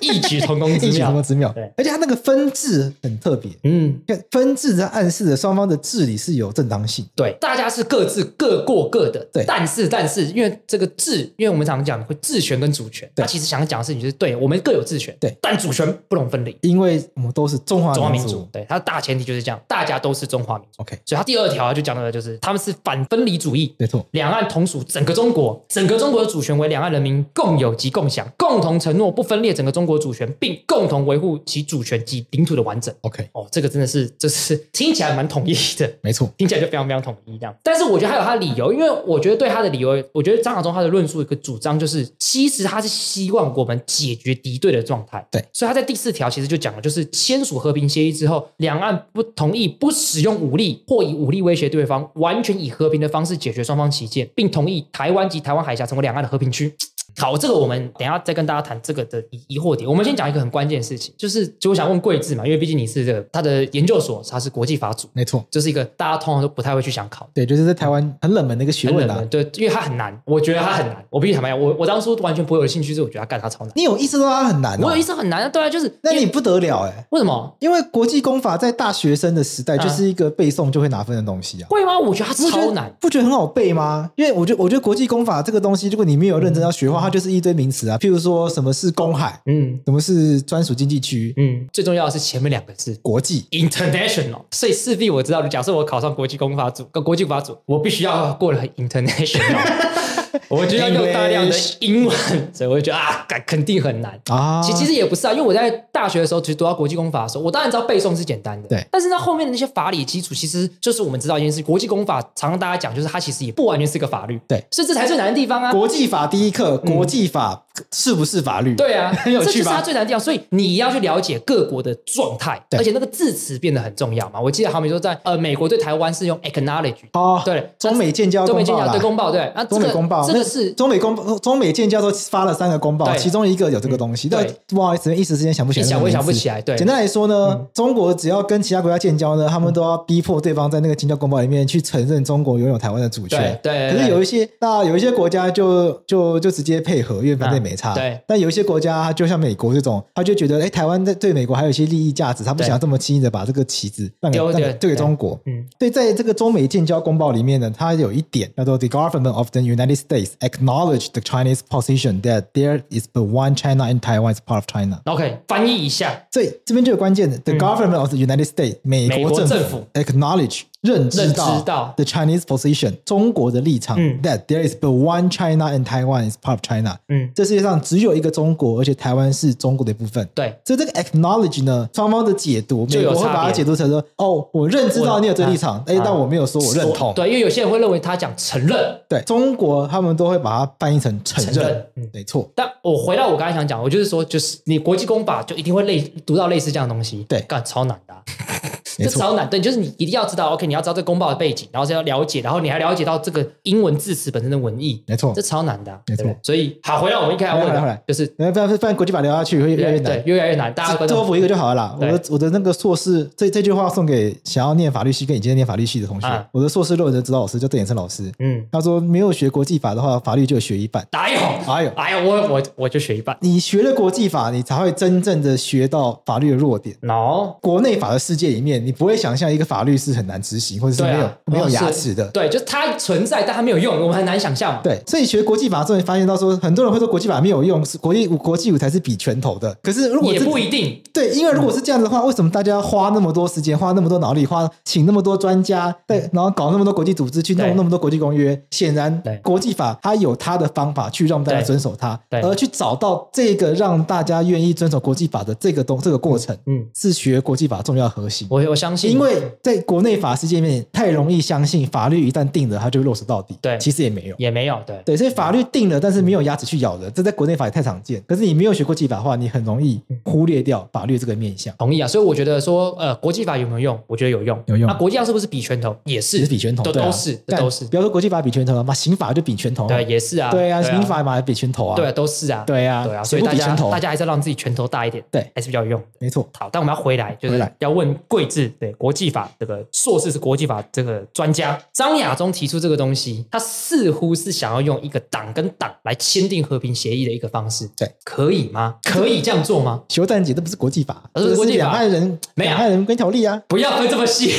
异曲同工之
异曲同
妙
工。之妙
对，
而且他那个分治很特别，
嗯，
看分治它暗示着双方的治理是有正当性。
对，大家是各自各过各的，
对
但是但是，因为这个治，因为我们常讲会治权跟主权，
对
他其实想讲的事情就是，对我们各有治权，
对，
但主权不容分离。
因为我们都是中华
中华民
族。
族，对，它的大前提就是这样，大家都是中华民族。
OK，
所以它第二条就讲到的就是他们是反分离主义，
没错，
两岸同属整个中国，整个中国的主权为两岸人民共有及共享，共同承诺不分裂整个中国国主权，并共同维护其主权及领土的完整。
OK，
哦，这个真的是，这是听起来蛮统一的，
没错，
听起来就非常非常统一这样。但是我觉得还有他的理由，因为我觉得对他的理由，我觉得张晓忠他的论述一个主张就是，其实他是希望我们解决敌对的状态。
对
所以他在第四条其实就讲了，就是签署和平协议之后，两岸不同意不使用武力或以武力威胁对方，完全以和平的方式解决双方旗舰，并同意台湾及台湾海峡成为两岸的和平区。 好，这个我们等一下再跟大家谈这个的疑疑惑点。我们先讲一个很关键的事情，就是就我想问桂智嘛，因为毕竟你是这个他的研究所，他是国际法组，
没错，
这是一个大家通常都不太会去想考的。
对，就是在台湾很冷门的一个学
很
问
冷
啊
门，。对，因为它很难，我觉得它很难。我必须坦白讲，我我当初完全不会有兴趣，是我觉得它干它超难。
你有意识到它很难、哦，
我有意，思很难啊，对啊，就是
那
因
你
为
不得了哎、
为什么
因为国际公法在大学生的时代
啊
就是一个背诵就会拿分的东西啊。
会吗？我觉得它
不觉得
超难，
不觉得很好背吗？因为我觉得，我觉得国际公法这个东西，如果你没有认真要学的话，它就是一堆名词啊，譬如说什么是公海，
嗯
什么是专属经济区，
嗯，最重要的是前面两个字。
国际
international，所以势必我知道，假设我考上国际公法组、呃跟国际法组，我必须要过得很 international，我就要用大量的
English
英文，所以我就觉得啊，干肯定很难。
啊，
其其实也不是啊，因为我在大学的时候，其实读到国际公法的时候，我当然知道背诵是简单的，
对
但是那后面的那些法理基础，其实就是我们知道一件事，国际公法常常大家讲，就是它其实也不完全是个法律，
对
所以这才是最难的地方啊。
国际法第一课，国际法是不是法律？
嗯对啊，
很有
这就
趣
是它
吧？
最难的地方，所以你要去了解各国的状态，
对
而且那个字词变得很重要嘛。我记得好比说在呃美国对台湾是用 acknowledge，
哦，
对，
中美建交
中美
公
建
报
交
啦
对。公报对，那啊这
中美
个
公报，
这个
那
是
中美公中美建交都发了三个公报，
对
其中一个有这个东西，
嗯
但
对
不好意思，一时之间想不起
一
来那
想
个名
我
字。
也想不起来，对，嗯
简单来说呢，中国只要跟其他国家建交呢，他们都要逼迫对方在那个建交公报里面去承认中国拥有台湾的主权
对。对，
可是
对
有一些，那有一些国家就就就直接配合，因为反正也没差。
嗯对
但有一些国家，就像美国这种，他就觉得，哎，台湾在对美国还有一些利益价值，他不
对
想要这么轻易的把这个旗子让给
丢
让给
对
丢
对
给中国。
嗯
对，在这个中美建交公报里面呢，它有一点叫做 The government of the United States acknowledge the Chinese position that there is but one China and Taiwan is part of China。
，OK，翻译一下，
所以这边就有关键的，the
嗯
government of the United States，美
美
国
国
政
政
府
府
acknowledge 认知
认知
到
到
the Chinese position 中国的立场
嗯
，that there is but one China and Taiwan is part of China。
嗯，
这世界上只有一个中国，而且台湾是中国的一部分。
对，
所以这个 acknowledge 呢，双方的解读，
就
美
有
国会
差别
把它解读成说，哦，我认知到
我
你有这个立场
啊，
哎、
啊
但我没有说我认同。
对，因为有些人会认为他讲承认，
对中国他们都会把它翻译成承认，
承认嗯
没错。
但我回到我刚才想讲，我就是说，就是你国际公法就一定会类读到类似这样的东西，
对
干超难的啊、
没
这
错
超难，对，就是你一定要知道，OK，你要知道这个公报的背景，然后是要了解，然后你还了解到这个英文字词本身的文意，
没错
这超难的啊、
没错
对不对所以好，回到我们一开始问
回来回
的
来，
就是
然后不然不然国际法聊下去会越来越难。
对，越来越难，大家观
托
众
福一个就好了啦。我
对
的我的那个硕士，这这句话送给想要念法律系跟已经在念法律系的同学。
啊
我的硕士论文的指导老师叫郑衍生老师，
嗯，
他说没有学国际法的话，法律就学一半。
哪有？
哎呦，
哎呀，我我我就学一半
你学了国际法，你才会真正的学到法律的弱点。
，no，
国内法的世界里面，你不会想象一个法律是很难执行，或者是
对
没有、
啊，
没有
是
牙齿的。
对，就是它存在，但它没有用，我们很难想象嘛，
对，所以学国际法之后，你发现到说，很多人会说国际法没有用，是国际舞国际舞才是比拳头的。可是如果
也
这
不一定，
对，因为如果是这样子的话，为什么大家要花那么多时间、花那么多脑力、花请那么多专家，对，然后搞那么多国际组织去
嗯
弄
对
那么多国际公约？显然
对，
国际法它有它的方法去让大家
对
遵守它，
对
而去找到这个让大家愿意遵守国际法的这个东这个过程，
嗯，
是学国际法重要的核心。
我我相信，
因为在国内法世界面太容易相信法律一旦定了，它就会落实到底。
对
其实也没有。
也没有，对，
对，所以法
啊
律定了，但是没
嗯
有牙齿去咬人，这在国内法也太常见。可是你没有学过技法的话，你很容易
嗯
忽略掉法律这个面向。
同意啊，所以我觉得说，呃，国际法有没有用？我觉得有用，
有用
那国际上是不是比拳头？也
只
是
是比拳头，
都
对啊
都是
干
都是
不，要说国际法比拳头了嘛，刑法就比拳头。
对，也是啊，
对啊，刑法嘛比拳头啊。
对啊，都是啊，
对啊
对啊，所
谁
以
不
大
比
家
拳头？
大家还是要让自己拳头大一点，
对
还是比较有用。
没错，
好，但我们要回来，就
回
是
来
要问桂智，对国际法这个硕士是国际法这个专家张亚中提出这个东西，他似乎是想要用一个党跟党来签订和平协议的一个方式，
对，
可以吗？可以这样做吗？
修战节这不是国际法，
这
这
是国
是
际法
两岸人
没有
两岸人跟条例啊。
不要分这么细，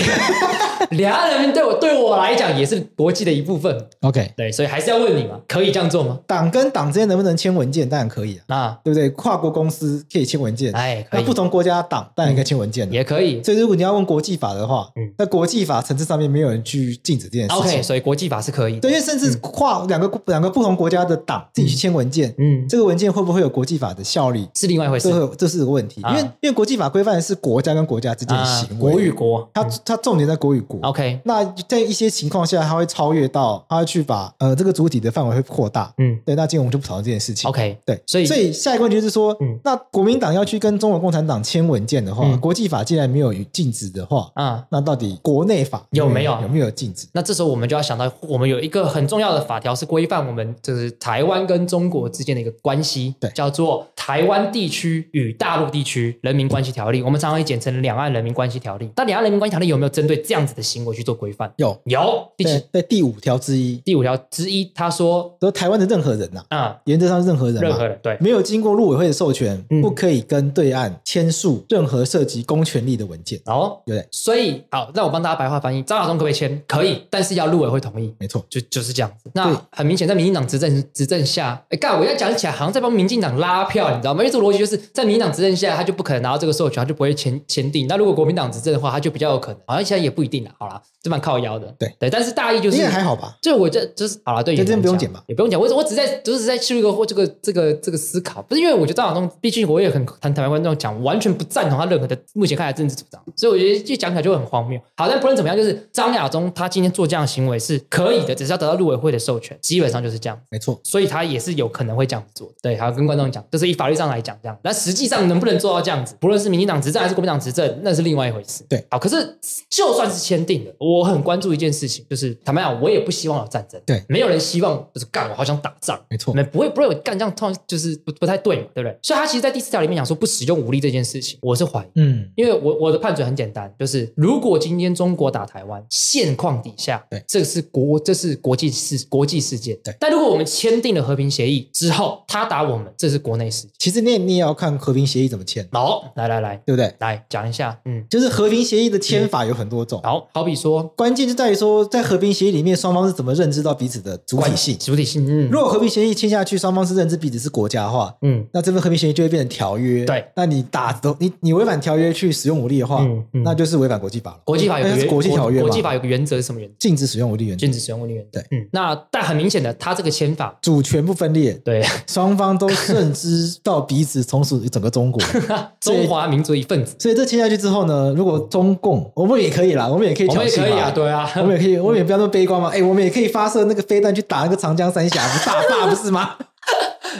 两岸人民对我对我来讲也是国际的一部分，
OK，
对，所以还是要问你嘛，可以这样做吗？
党跟党之间能不能签文件？当然可以啊，
那
对不对？跨国公司可以签文件，
哎，可
那
以嗯
不同国家的党当然可以签文件的。啊
也可以。
所以如果你要问国际法的话，
嗯
那国际法层次上面没有人去禁止这件事
OK，
情。
所以国际法是可以的。
对，因为甚至跨两个两个不同国家的党自己去签文件，
嗯，
这个文件会不会有国际法的效力？
是另外一回事
这。个这是个问题，因
啊
为因为国际法规范的是国家跟国家之间的
啊
行为，
国与国，
它
嗯
它重点在国与国。
OK，
那在一些情况下，它会超越到，它会去把呃这个主体的范围会扩大。
嗯
对，那今天我们就不讨论这件事情。
，OK，
对，
所以
所以下一个问题就是说，
嗯
那国民党要去跟中国共产党签文件的话，
嗯
国际法既然没有禁止的话，
啊，
那到底国内法
有没有
有没有禁止？
那这时候我们就要想到，我们有一个很重要的法条是规范我们就是台湾跟中国之间的一个关系，
对
叫做《台湾地区与大陆地区人民关系条例》，我们常常也简称《两岸人民关系条例》。那《两岸人民关系条例》有没有针对这样子的行为去做规范？
有，
有，第
在
几
在第五条之一，
第五条之一，他说，
说台湾的任何人呐、
啊，
原则上是任何人嘛，
任何人对，
没有经过陆委会的授权，
嗯
不可以跟对岸签署任何涉及公权力的文件，
然后
对不对？
所以好，那我帮大家白话翻译，张亚中可不可以签？可以，但是要陆委会同意。
没错，
就就是这样子。
对
那很明显，在民进党执政执政下，哎，干，我要讲起来好像在帮民进党拉票，你知道吗？因为这个逻辑就是在民进党执政下，他就不可能拿到这个授权，他就不会签签订。那如果国民党执政的话，他就比较有可能。好像现在也不一定了，好啦，这蛮靠腰的。
对
对，但是大意就是
应该还好吧？
就我这就是好了，对，
这真
也
不用
难
剪
讲
吧
也不用讲。我只我只在就是在去一个或这个这个这个思考，不是因为我觉得张晓东，毕竟我也很坦坦白观众讲，完全不赞同他任何的目前看来的政治主张，所以我觉得就讲起来就很荒谬。好，但不论怎么样，就是张亚中他今天做这样的行为是可以的，只是要得到陆委会的授权，基本上就是这样。
没错，
所以他也是有可能会这样子做的。对，还要跟观众讲，就是以法律上来讲这样。那实际上能不能做到这样子，不论是民进党执政还是国民党执政，那是另外一回事。
对，
好，可是就算是签订了，我很关注一件事情，就是坦白讲，我也不希望有战争。
对
没有人希望就是干，我好想打仗。
没错
那，不会不会有干这样，突然就是不不太对嘛，对不对？所以他其实，在第四条里面讲说不使用武力这件事情，我是怀疑。
嗯，
因为我我的判准很简单，就是如果今天中国打台湾，现况底下，
对
这是国这是国际事国际事件，
对
但如果我们签订了和平协议之后，他打我们，这是国内事件。
其实你也你也要看和平协议怎么签，
好，来来来
对不对？
来讲一下，嗯，
就是和平协议的签法有很多种，
好好比说
关键就在于说，在和平协议里面，双方是怎么认知到彼此的主体性。
主体性，嗯，
如果和平协议签下去，双方是认知彼此是国家的话，
嗯
那这份和平协议就会变成条约。
对，
那你打都你你违反条约去使用武力的话，
嗯嗯
那就是违反国际法了。
国际法有
因
个
为它
原
是国际条约嘛
国际法有个原则是什么原则？
禁止使用武力原则，
禁止使用武力原则。
对
嗯，那但很明显的，他这个签法，
主权不分裂，
对
双方都认知到彼此从属于整个 中国。
中华民族一份子，
所以这签下去之后呢，如果中共我们也可以啦，我们也可以
我
挑
们也
衅
可以啊，
嘛。
对啊，
我们也可以，我们也不要那么悲观嘛。哎、我们也可以发射那个飞弹去打那个长江三峡，不 大坝不是吗？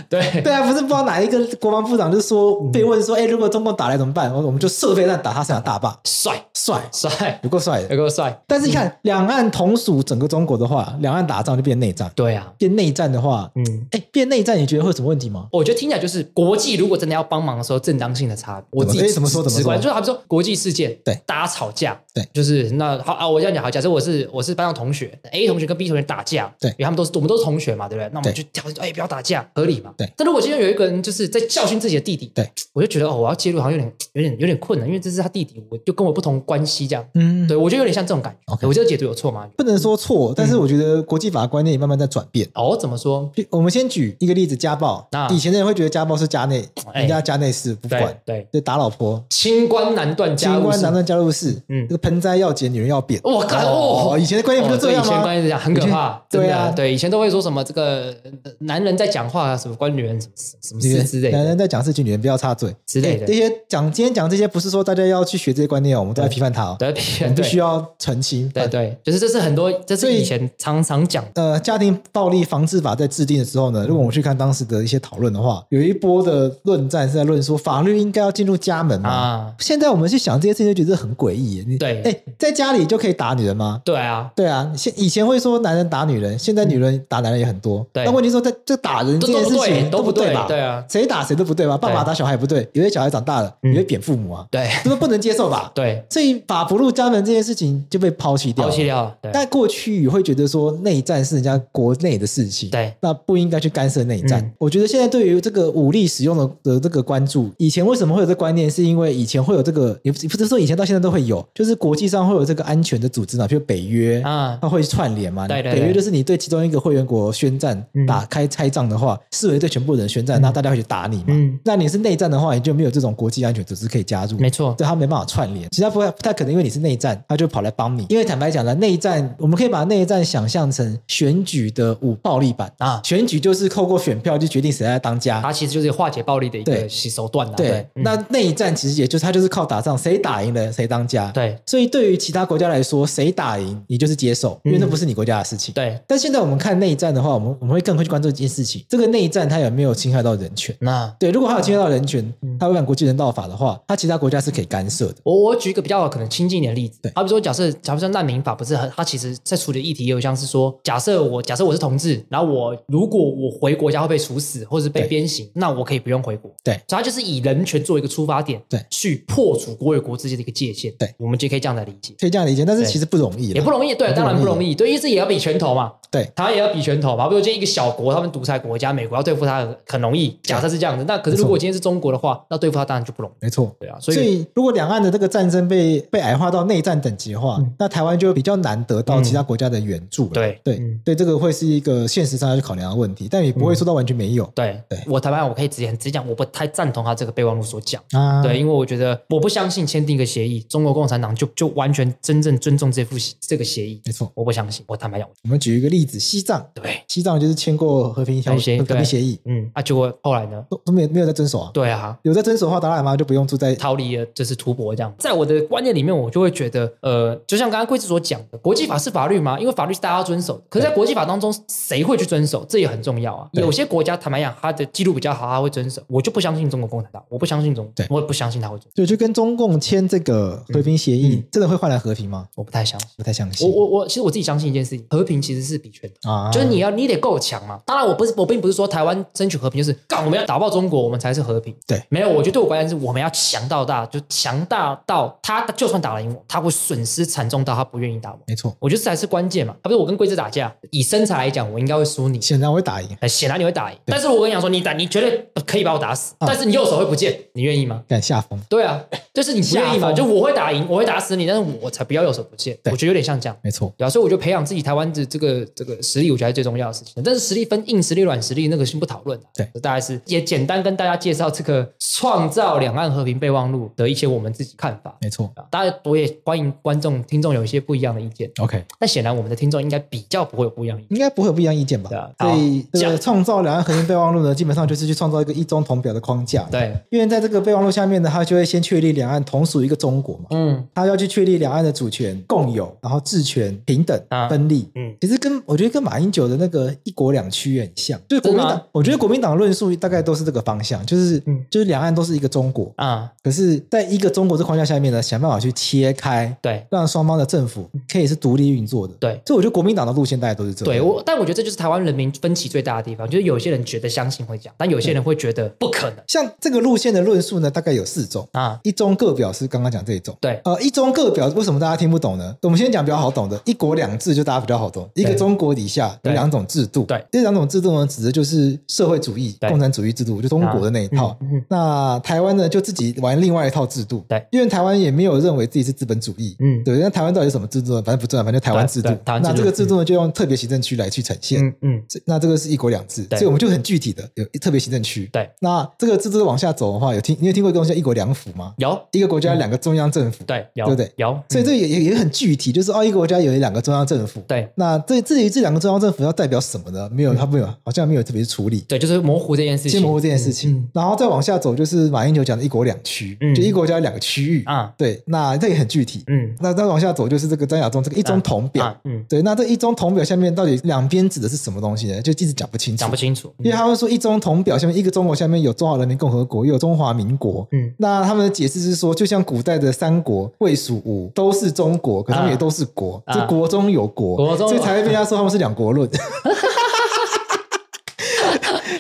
对
对啊，不是不知道哪一个国防部长就说
嗯
被问说，哎、如果中共打来怎么办？我我们就射飞弹打他三峡大坝，
帅
帅，
帅，
有够帅的。
有够帅，
但是你看，两岸同属整个中国的话，两岸打仗就变内战，
对啊，
变内战的话，
嗯。
哎、变内战你觉得会有什么问题吗？
我觉得听起来就是国际如果真的要帮忙的时候，正当性的差别，我自己
哎怎么说怎么说
直观，就是好比说国际事件，
对
大家吵架，
对
就是那好啊，我这样讲好，假设我是我是班上同学，A 同学跟 B 同学打架，
对
因为他们都是我们都是同学嘛，对不对？那我
对
们就挑哎不要打架，合理嘛？
对
但如果今天有一个人就是在教训自己的弟弟，
对，
我就觉得哦，我要介入好像有点有点有点困难，因为这是他弟弟，我就跟我不同关系这样。
嗯，
对，我觉得有点像这种感觉。
OK
我这个解读有错吗？
不能说错，但是
嗯
我觉得国际法观念也慢慢在转变。
哦，怎么说？
比我们先举一个例子，家暴
啊。
以前的人会觉得家暴是家内，
哎
人家家内事不
对
管，
对，
就打老婆，
清官难断家
清
务
官
事
难。断家务事。
嗯
这个盆栽要剪，女人要扁。
我靠哦
以前的观念不就这样
哦对以前观
吗？
念是这样，很可怕，
以前
真的
对啊
对，以前都会说什么这个呃男人在讲话啊，什么关女人什么什么
女
事
人
之类
男
的，
人在讲事情，女人不要插嘴
之类的
哎这些讲今天讲这些，不是说大家要去学这些观念哦，我们都在
对
批判它哦，
对，
我
对
们必须
对
要澄清。
啊对对，就是这是很多，这
所
是
以
以前常常讲的，
呃，家庭暴力防治法在制定的时候呢，如果我们去看当时的一些讨论的话，有一波的论战是在论说法律应该要进入家门嘛。
啊
现在我们去想这些事情，就觉得很诡异耶。你
对
哎，在家里就可以打女人吗？
对啊，
对啊，现以前会说男人打女人，现在女人打男人也很多。
嗯对
但问题说在这打人这
都
件
都
事
不对，
情
都
不
不
对
对
吧，？
对啊，
谁打谁都不对吧？爸爸
对
打小孩也不对，有些小孩长大了，
嗯
你会扁父母啊，
对
这个不能接受吧？
对，
所以法不入家门这件事情就被抛弃掉
抛
了。
弃掉了，对
但过去也会觉得说内战是人家国内的事情，
对
那不应该去干涉内战。
嗯
我觉得现在对于这个武力使用的的这个关注，以前为什么会有这观念，是因为以前会有这个，也不也不是说以前到现在都会有，就是国际上会有这个安全的组织呢，比如北约，
啊，
它会串联嘛。
对对
北约
对
就是你对其中一个会员国宣战，
嗯
打开拆仗的话，视为对全部人宣战，
嗯
那大家会去打你嘛。
嗯，
那你是内战的话，你就没有这种国际安全组织可以加入。
没错，
对他没办法串联，其实他不会，他可能因为你是内战，他就跑来帮你。因为坦白讲了，内战我们可以把内战想象成选举的武暴力版
啊
选举就是透过选票去决定谁来当家。
它其实就是化解暴力的一
对
个手段啦。
对，
对，嗯
那内战其实也就是他就是靠打仗，谁打赢了谁当家。，
对
所以对于其他国家来说，谁打赢你就是接受，
嗯
因为那不是你国家的事情。
对，
但现在我们看内战的话，我们我们会更会去关注一件事情：这个内战它有没有侵害到人权？
那
对，如果它有侵害到人权
嗯，
它违反国际人道法的话，它其他国家是可以干涉的。
我我举一个比较可能亲近一点的例子
对，
好比说，假设假如说难民法不是很，它其实在处理的议题也有像是说，假设我假设我是同志，然后我如果我回国家会被处死或是被
对
鞭刑，那我可以不用回国。
对
所以它就是以人权做一个出发点，
对
去破除国与国之间的一个界限。
对，
我们就可以这样来理解，
可以这样理解，但是
对
其实不容易啦，
也不容易，对，
也不
当然
容易
不容易，对，因为这也要比拳头嘛，
对
台湾也要比拳头嘛，比如今天一个小国，他们独裁国家，美国要对付他很很容易，假设是这样子，那可是
没错
如果今天是中国的话，那对付他当然就不容易，
没错。
对啊，所
所
以
以，如果两岸的这个战争被被矮化到内战等级的话，
嗯
那台湾就会比较难得到其他国家的援助了。
对
对、
嗯
对，这个会是一个现实上要去考量的问题，但也不会说到完全没有、
对，
对
我台湾我可以直接很直接讲，我不太赞同他这个备忘录所讲。
啊。
对，因为我觉得我不相信签订一个协议，中国共产党就就完全真正尊重这副协这个协议，
没错。
我不相信。我坦白讲，
我们举一个例子，西藏，
对，
西藏就是签过和平条
和平协议
和平
对
协议，
嗯，啊，结果后来呢？
都都没有没有在遵守啊。
对啊，
有在遵守的话，达赖喇嘛就不用住在
逃离了就是吐蕃这样。在我的观念里面，我就会觉得，呃，就像刚刚贵志所讲的，国际法是法律吗？因为法律是大家要遵守的，可是在国际法当中，谁会去遵守？这也很重要啊。
对
有些国家坦白讲，他的记录比较好，他会遵守。我就不相信中国共产党，我不相信中
对，
我也不相信他会遵守，
对，就跟中共签这个和平协议，
嗯嗯
真的会换来和平吗？
我不太相信。
不太相信。
我我我，其实我自己相信一件事情，和平其实是比拳头。
啊，
就是你要你得够强嘛。当然，我不是我并不是说台湾争取和平，就是干我们要打爆中国，我们才是和平。
对
没有，我觉得对我观点是，我们要强到大，就强大到他就算打了赢我，他会损失惨重到他不愿意打我。
没错，
我觉得这才是关键嘛。他不是我跟贵子打架，以身材来讲，我应该会输你。
显然我会打赢。
很显然你会打赢，但是我跟你讲说，你打你绝对可以把我打
嗯
死，但是你右手会不见，你愿意吗？
敢下风，
对啊，就是你不愿意
吓
嘛，
疯
就我会打赢，我会打死你，但是我才不要右手不见。
对
我觉得有点像这样。
没错。
对啊，所以我觉得培养自己台湾的这个这个实力，我觉得还是最重要的事情。但是实力分硬实力、软实力，那个先不讨论了。啊
对，
大概是也简单跟大家介绍这个创造两岸和平备忘录的一些我们自己看法。
没错。
啊，当然，我也欢迎观众、听众有一些不一样的意见。
OK，
但显然，我们的听众应该比较不会有不一样的意见。
应该不会有不一样意见吧
对啊？
所以
好
这个
讲
创造两岸和平备忘录呢，基本上就是去创造一个一中同表的框架。，
对，
因为在这个备忘录下面呢，它就会先确立两岸同属一个中国嘛，
嗯
它要去确立两岸的主权共有，然后治权平等
啊
分立。
嗯，
其实跟我觉得跟马英九的那个一国两区很像，就是国民
真的
党
吗，
我觉得国民党论述大概都是这个方向，就是
嗯
就是两岸都是一个中国，
啊，
可是在一个中国这框架下面呢，想办法去切开，
对
让双方的政府可以是独立运作的。
对。
所以我觉得国民党的路线大概都是这样。
对我，但我觉得这就是台湾人民分歧最大的地方，就是有些人觉得相信会讲，但有些人会觉得不可能
像这个路线的论述呢，大概有四种。
啊。
一中各表是刚刚讲这一种，
对
呃，一中各表为什么大家听不懂呢？我们先讲比较好懂的，一国两制就大家比较好懂。一个中国底下有
对
两种制度，
对，
这两种制度呢，指的就是社会主义、
对
共产主义制度，就中国的那一套。
嗯嗯
那台湾呢，就自己玩另外一套制度，
对
因为台湾也没有认为自己是资本主义，
嗯
对，那台湾到底是什么制度呢？反正不重要，反正就台湾制度
对对。台湾制
那
度
这个制度呢，就用特别行政区来去呈现。
嗯嗯，
这那这个是一国两制，
对
所以我们就很具体的有特别行政区。
对，
那这个制度往下走的话，有听你有听过一个东西叫一国两府吗？
有
一个国家有两个中央政府，
嗯对有
对不对？
有，
所以这也也也很具体，就是哦，一个国家有两个中央政府。
嗯对嗯
那这至于这两个中央政府要代表什么呢？没有，他没有，好像没有特别处理。
对，就是模糊这件事情，
先模糊这件事情，
嗯
然后再往下走，就是马英九讲的一国两区，
嗯
就一国家有两个区域。
啊，
对，那这也很具体。
嗯
那再往下走，就是这个张亚中这个一中同表。
啊，嗯，
对，那这一中同表下面到底两边指的是什么东西呢？就一直讲不清楚
讲不。清楚，嗯
因为他们说一中同表下面一个中国下面有中华人民共和国，又有中华民国。
嗯
那他们的解释是说，就像古代的三国、魏、蜀、吴都是中国，可他们
啊
也都是国，
啊
这国中有国，
国中
所以才会被人家说他们是两国论。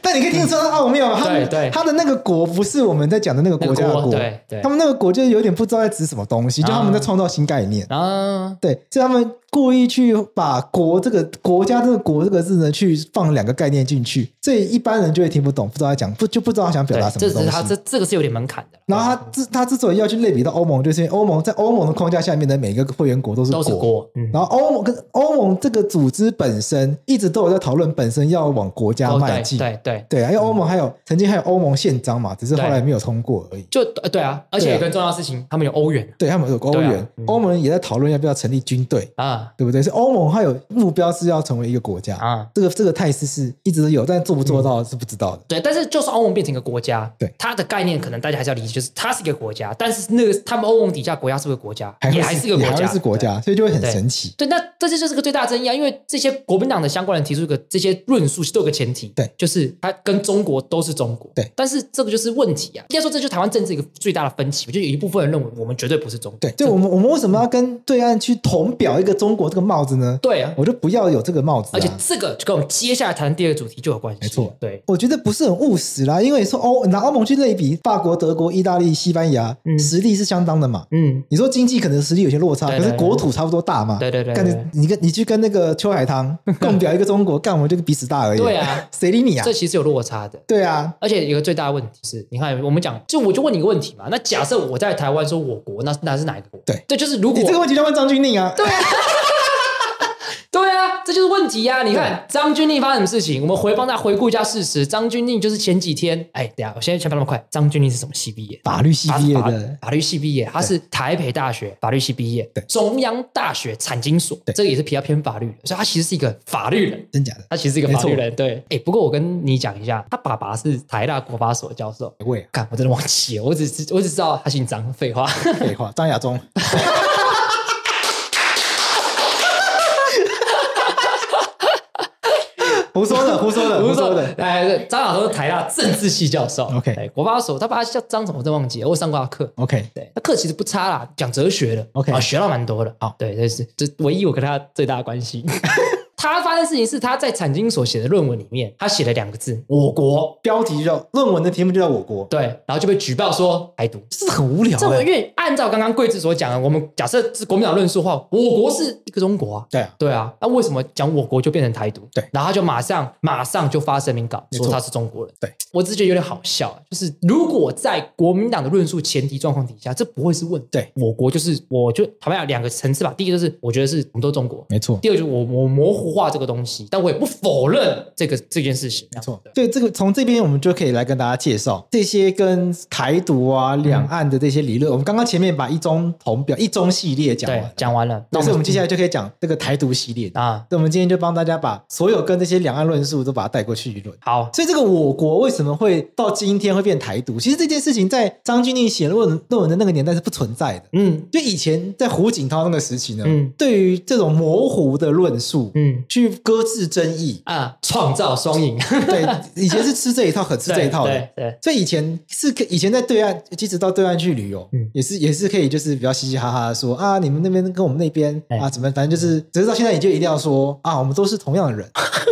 但你可以听得出来它哦奥妙，它
对对
它的那个国不是我们在讲的那个
那
国家的国，
对对
他，们那个国就是有点不知道在指什么东西，就他们在
啊
创造新概念。
然后
对，所以他们故意去把“国”这个国家这个“国”这个字呢，去放两个概念进去，所以一般人就会听不懂，不知道他讲不就不知道他想表
对
达，什
这
么
只
东
是他
西
这。这个是有点门槛的，
然后他之他之所以要去类比到欧盟，就是因为欧盟在欧盟的框架下面的每一个会员国都是
都是国，嗯，
然后欧盟跟欧盟这个组织本身一直都有在讨论，本身要往国家
哦
迈
对
进。
对对，
对啊，因为欧盟还有曾经还有欧盟宪章嘛，只是后来没有通过而已。
就呃对啊，而且
对啊
有一个重要事情，他们有欧元
对他们有欧
对啊
元，欧盟也在讨论要不要成立军队，
啊
对不对？是欧盟它有目标是要成为一个国家，
啊，
这个这个态势是一直都有，但做不做到是不知道的。
对，但是就算欧盟变成一个国家，
对
它的概念可能大家还是要理解，就是它是一个国家，但是那个他们欧盟底下国家是不是国家，
会
也还是一个
也
国
还
家，
会是国家，所以就会很神奇。
对，那这就是个最大的争议啊，因为这些国民党的相关人提出一个这些论述都有个前提，
对
就是它跟中国都是中国，
对
但是这个就是问题啊，应该说这就是台湾政治一个最大的分歧，就有一部分人认为我们绝对不是中国，
对，就我们我们为什么要跟对岸去同表一个中国这个帽子呢？
对啊，
我就不要有这个帽子、啊。
而且这个就跟我们接下来谈的第二个主题就有关系，
没错，
对，
我觉得不是很务实啦，因为说欧拿欧盟去类比法国、德国、意大利、西班牙，
嗯
实力是相当的嘛。
嗯，
你说经济可能实力有些落差，
对
可
对
是国土差不多大嘛。
对对对
干
对对
你你跟你去跟那个邱 海棠共表一个中国，干我们这个彼此大而已。
对啊
谁理你啊
这？其实有落差的。
对啊，
而且有一个最大的问题是，你看我们讲，就我就问你一个问题嘛，那假设我在台湾说我国，那那是哪一个国？
对
对，就是如果
你这个问题就要问张钧甯啊。
对啊，这就是问题呀、你看张钧甯发生什么事情？我们回帮大家回顾一下事实。张钧甯就是前几天，哎，等一下，我现在先不要那么快。张钧甯是什么系毕业？
法律系毕业的
法，法律系毕业，他是台北大学法律系毕业，
对
中央大学产经所，
对
这个也是比较偏法律的，所以他其实是一个法律人。
真假的？
他其实是一个法律
没错
人，对。哎，不过我跟你讲一下，他爸爸是台大国法所教授。
喂啊，
干，我真的忘记了，我只知我只知道他姓张，废话。
废话，张亚中。胡说 的，胡说的，胡说的。
哎，张老师是台大政治系教授
OK
哎国发所，他把他叫张什么，我真忘记了，我上过他课。
OK，
对，他课其实不差啦，讲哲学的
OK
啊，学到蛮多的。
好
对，这是这唯一我跟他最大的关系。 他发生事情是他在产经所写的论文里面，他写了两个字“我国
标题就叫论文的题目就叫我国”，，
对，然后就被举报说台独。
这很无聊
这
欸
个因为按照刚刚桂枝所讲的，我们假设是国民党论述的话，我国是一个中国啊，
对啊，
对啊，那为什么讲我国就变成台独？
对
然后他就马上马上就发声明稿
没
说
错
他是中国人。
对，
我只是觉得有点好笑，啊就是如果在国民党的论述前提状况底下，这不会是问题。
对
我国就是我就坦白讲两个层次吧，第一个就是我觉得是我们都中国。
没错。
第二个就是我我模糊化这个东西，但我也不否认这个这件事情。
没错
对，
对这个从这边我们就可以来跟大家介绍这些跟台独啊、两岸的这些理论。我们刚刚前面把一中同表、一中系列讲
对
完，，
讲完了，那我
但是
们
我们接下来就可以讲这个台独系列。
啊，
那我们今天就帮大家把所有跟这些两岸论述都把它带过去一轮。
好，
所以这个我国为什么会到今天会变台独？其实这件事情在张钧甯写论文论文的那个年代是不存在的。
嗯
就以前在胡锦涛那个时期呢，
嗯
对于这种模糊的论述，
嗯，
去搁置争议
啊，创造双赢，
对，以前是吃这一套，很吃这一套的
对。对
所以以前是可以前在对岸，即使到对岸去旅游，
嗯
也是也是可以，就是比较嘻嘻哈哈的说啊，你们那边跟我们那边、
哎
啊，怎么反正就是，只是到现在你就一定要说啊，我们都是同样的 人，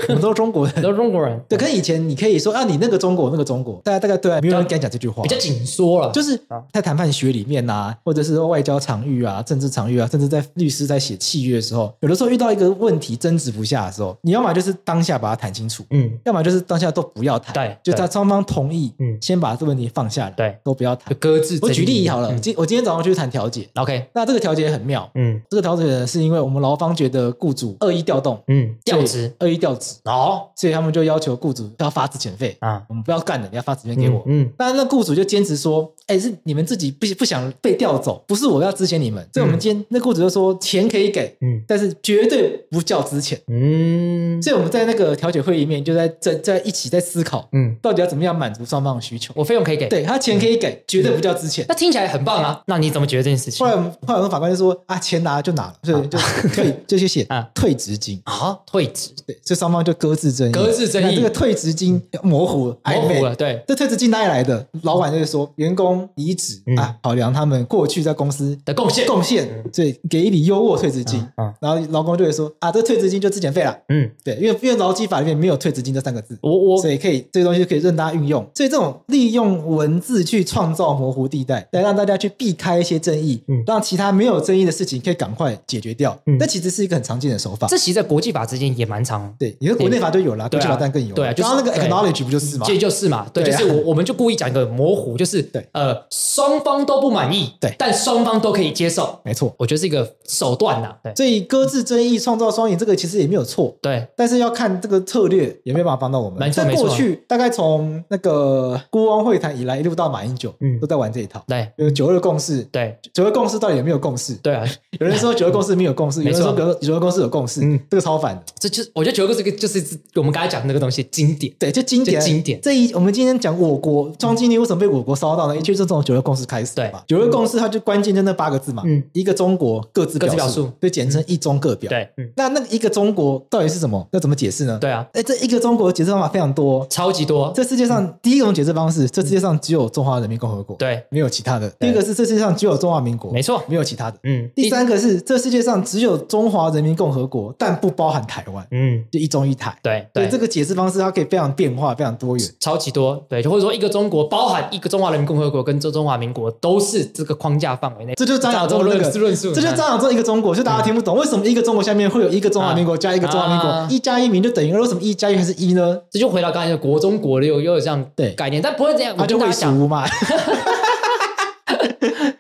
我们都是中国
对，
人。
都是中国人，
对，可以前你可以说啊，你那个中国，我那个中国，大家大概对岸没有人敢讲这句话
比，较紧缩了，
就是
啊
在谈判学里面呐、或者是说外交场域啊、政治场域啊，甚至在律师在写契约的时候，有的时候遇到一个问题争执不下的时候，你要么就是当下把它谈清楚，
嗯，
要么就是当下都不要谈，
对
就
对
在双方同意，
嗯
先把这个问题放下来，
对，
都不要
就
谈。
呃搁置争议。
我举例好了，
嗯
今、我今天早上去谈调解，
OK，
那这个调解很妙，
嗯
这个调解呢是因为我们劳方觉得雇主恶意调动，
嗯，调
所以
职
恶意调职，
哦
所以他们就要求雇主要发资遣费，
啊，
我们不要干了，你要发资遣给我。
嗯
那那雇主就坚持说，哎、是你们自己不不想被调走，不是我要支遣你们。所以我们今天、那雇主就说钱可以给，
嗯
但是绝对不叫支遣。
嗯
所以我们在那个调解会里面就在在在一起在思考，
嗯，
到底要怎么样满足双方的需求。
我费用可以给，
对他钱可以
嗯
给，绝对不叫支遣。
那听起来很棒啊。那你怎么觉得这件事情
后来我们后来我们法官就说啊，钱拿了就拿了，所以就退就去写
啊
退职金。
啊？退职
对，这双方就搁置争议，
搁置争议嗯
那这个退职金模糊
模
暧昧
糊了，对
这退职金哪里来的？老板就会说，员工离职、
嗯
啊，考量他们过去在公司
的贡献
贡献，所以给一笔优渥退职金。
嗯嗯
然后劳工就会说啊，这退职金就资减费啦。
嗯，
对，因为因为劳基法里面没有退资金这三个字，
我我
所以可以这个东西可以任大家运用。所以这种利用文字去创造模糊地带，来让大家去避开一些争议，
嗯
让其他没有争议的事情可以赶快解决掉。
嗯
那其实是一个很常见的手法。
这其实在国际法之间也蛮常，
对，因为国内法就有了，
对
国
啊
际法当然更有。
对啊就是
刚刚那个
对
acknowledge 不就是吗？
这就是嘛，对，
对啊
就是我我们就故意讲一个模糊，就是
对
呃，双方都不满意，
对
但双方都可以接受，
没错。
我觉得是一个手段呐，对
所以搁置争议、创造双赢，这个其实也没有错。
对，
但是要看这个策略有没有办法帮到我们。
没错
在
没错
过去大概从那个孤汪会谈以来，一路到马英九，
嗯
都在玩这一套。
对
有九二共识，
对
九二共识到底有没有共识？
对啊，
有人说九二共识没有共识，有
没
人
错
说九二九二共识有共识，
嗯
这个超反的。
这就是我觉得九个这个就是我们刚才讲的那个东西经典，
对，就经典
就经典嗯
这一我们今天讲我国庄敬力为什么被我国烧到呢？就是这种九二共识开始的嘛。九二共识它就关键就那八个字嘛，
嗯
一个中国各自
各自
表
表
述
述，
就简称一中各表。，
对，嗯，
那那个一个中国到底是什么？要怎么解释呢？，
对啊，
哎，这一个中国解释方法非常多。哦
超级多，
这世界上第一种解释方式，这世界上只有中华人民共和国，，
嗯对，
没有其他的。第二个是这世界上只有中华民国，
没错，
没有其他的。
嗯，
第三个是这世界上只有中华人民共和国，但不包含台湾，
嗯，
就一中一台。
对
对
对，
这个解释方式，它可以非常变化，非常多元。
超级多，对，就或者说一个中国包含一个中华人民共和国跟中中华民国都是这个框架范围内，
这就是张亚中的那
论
个，
论述，
这就是
这
张亚中一个中国，
嗯
就大家听不懂为什么一个中国下面会有一个中华民国加一个中华民国
啊，
一加一名就等于二，为什么一加一还是一呢？
这就回到刚才的国中国六又有这样
对
概念，但不会这样，
啊他就
我跟
会
啊大家讲，
输嘛。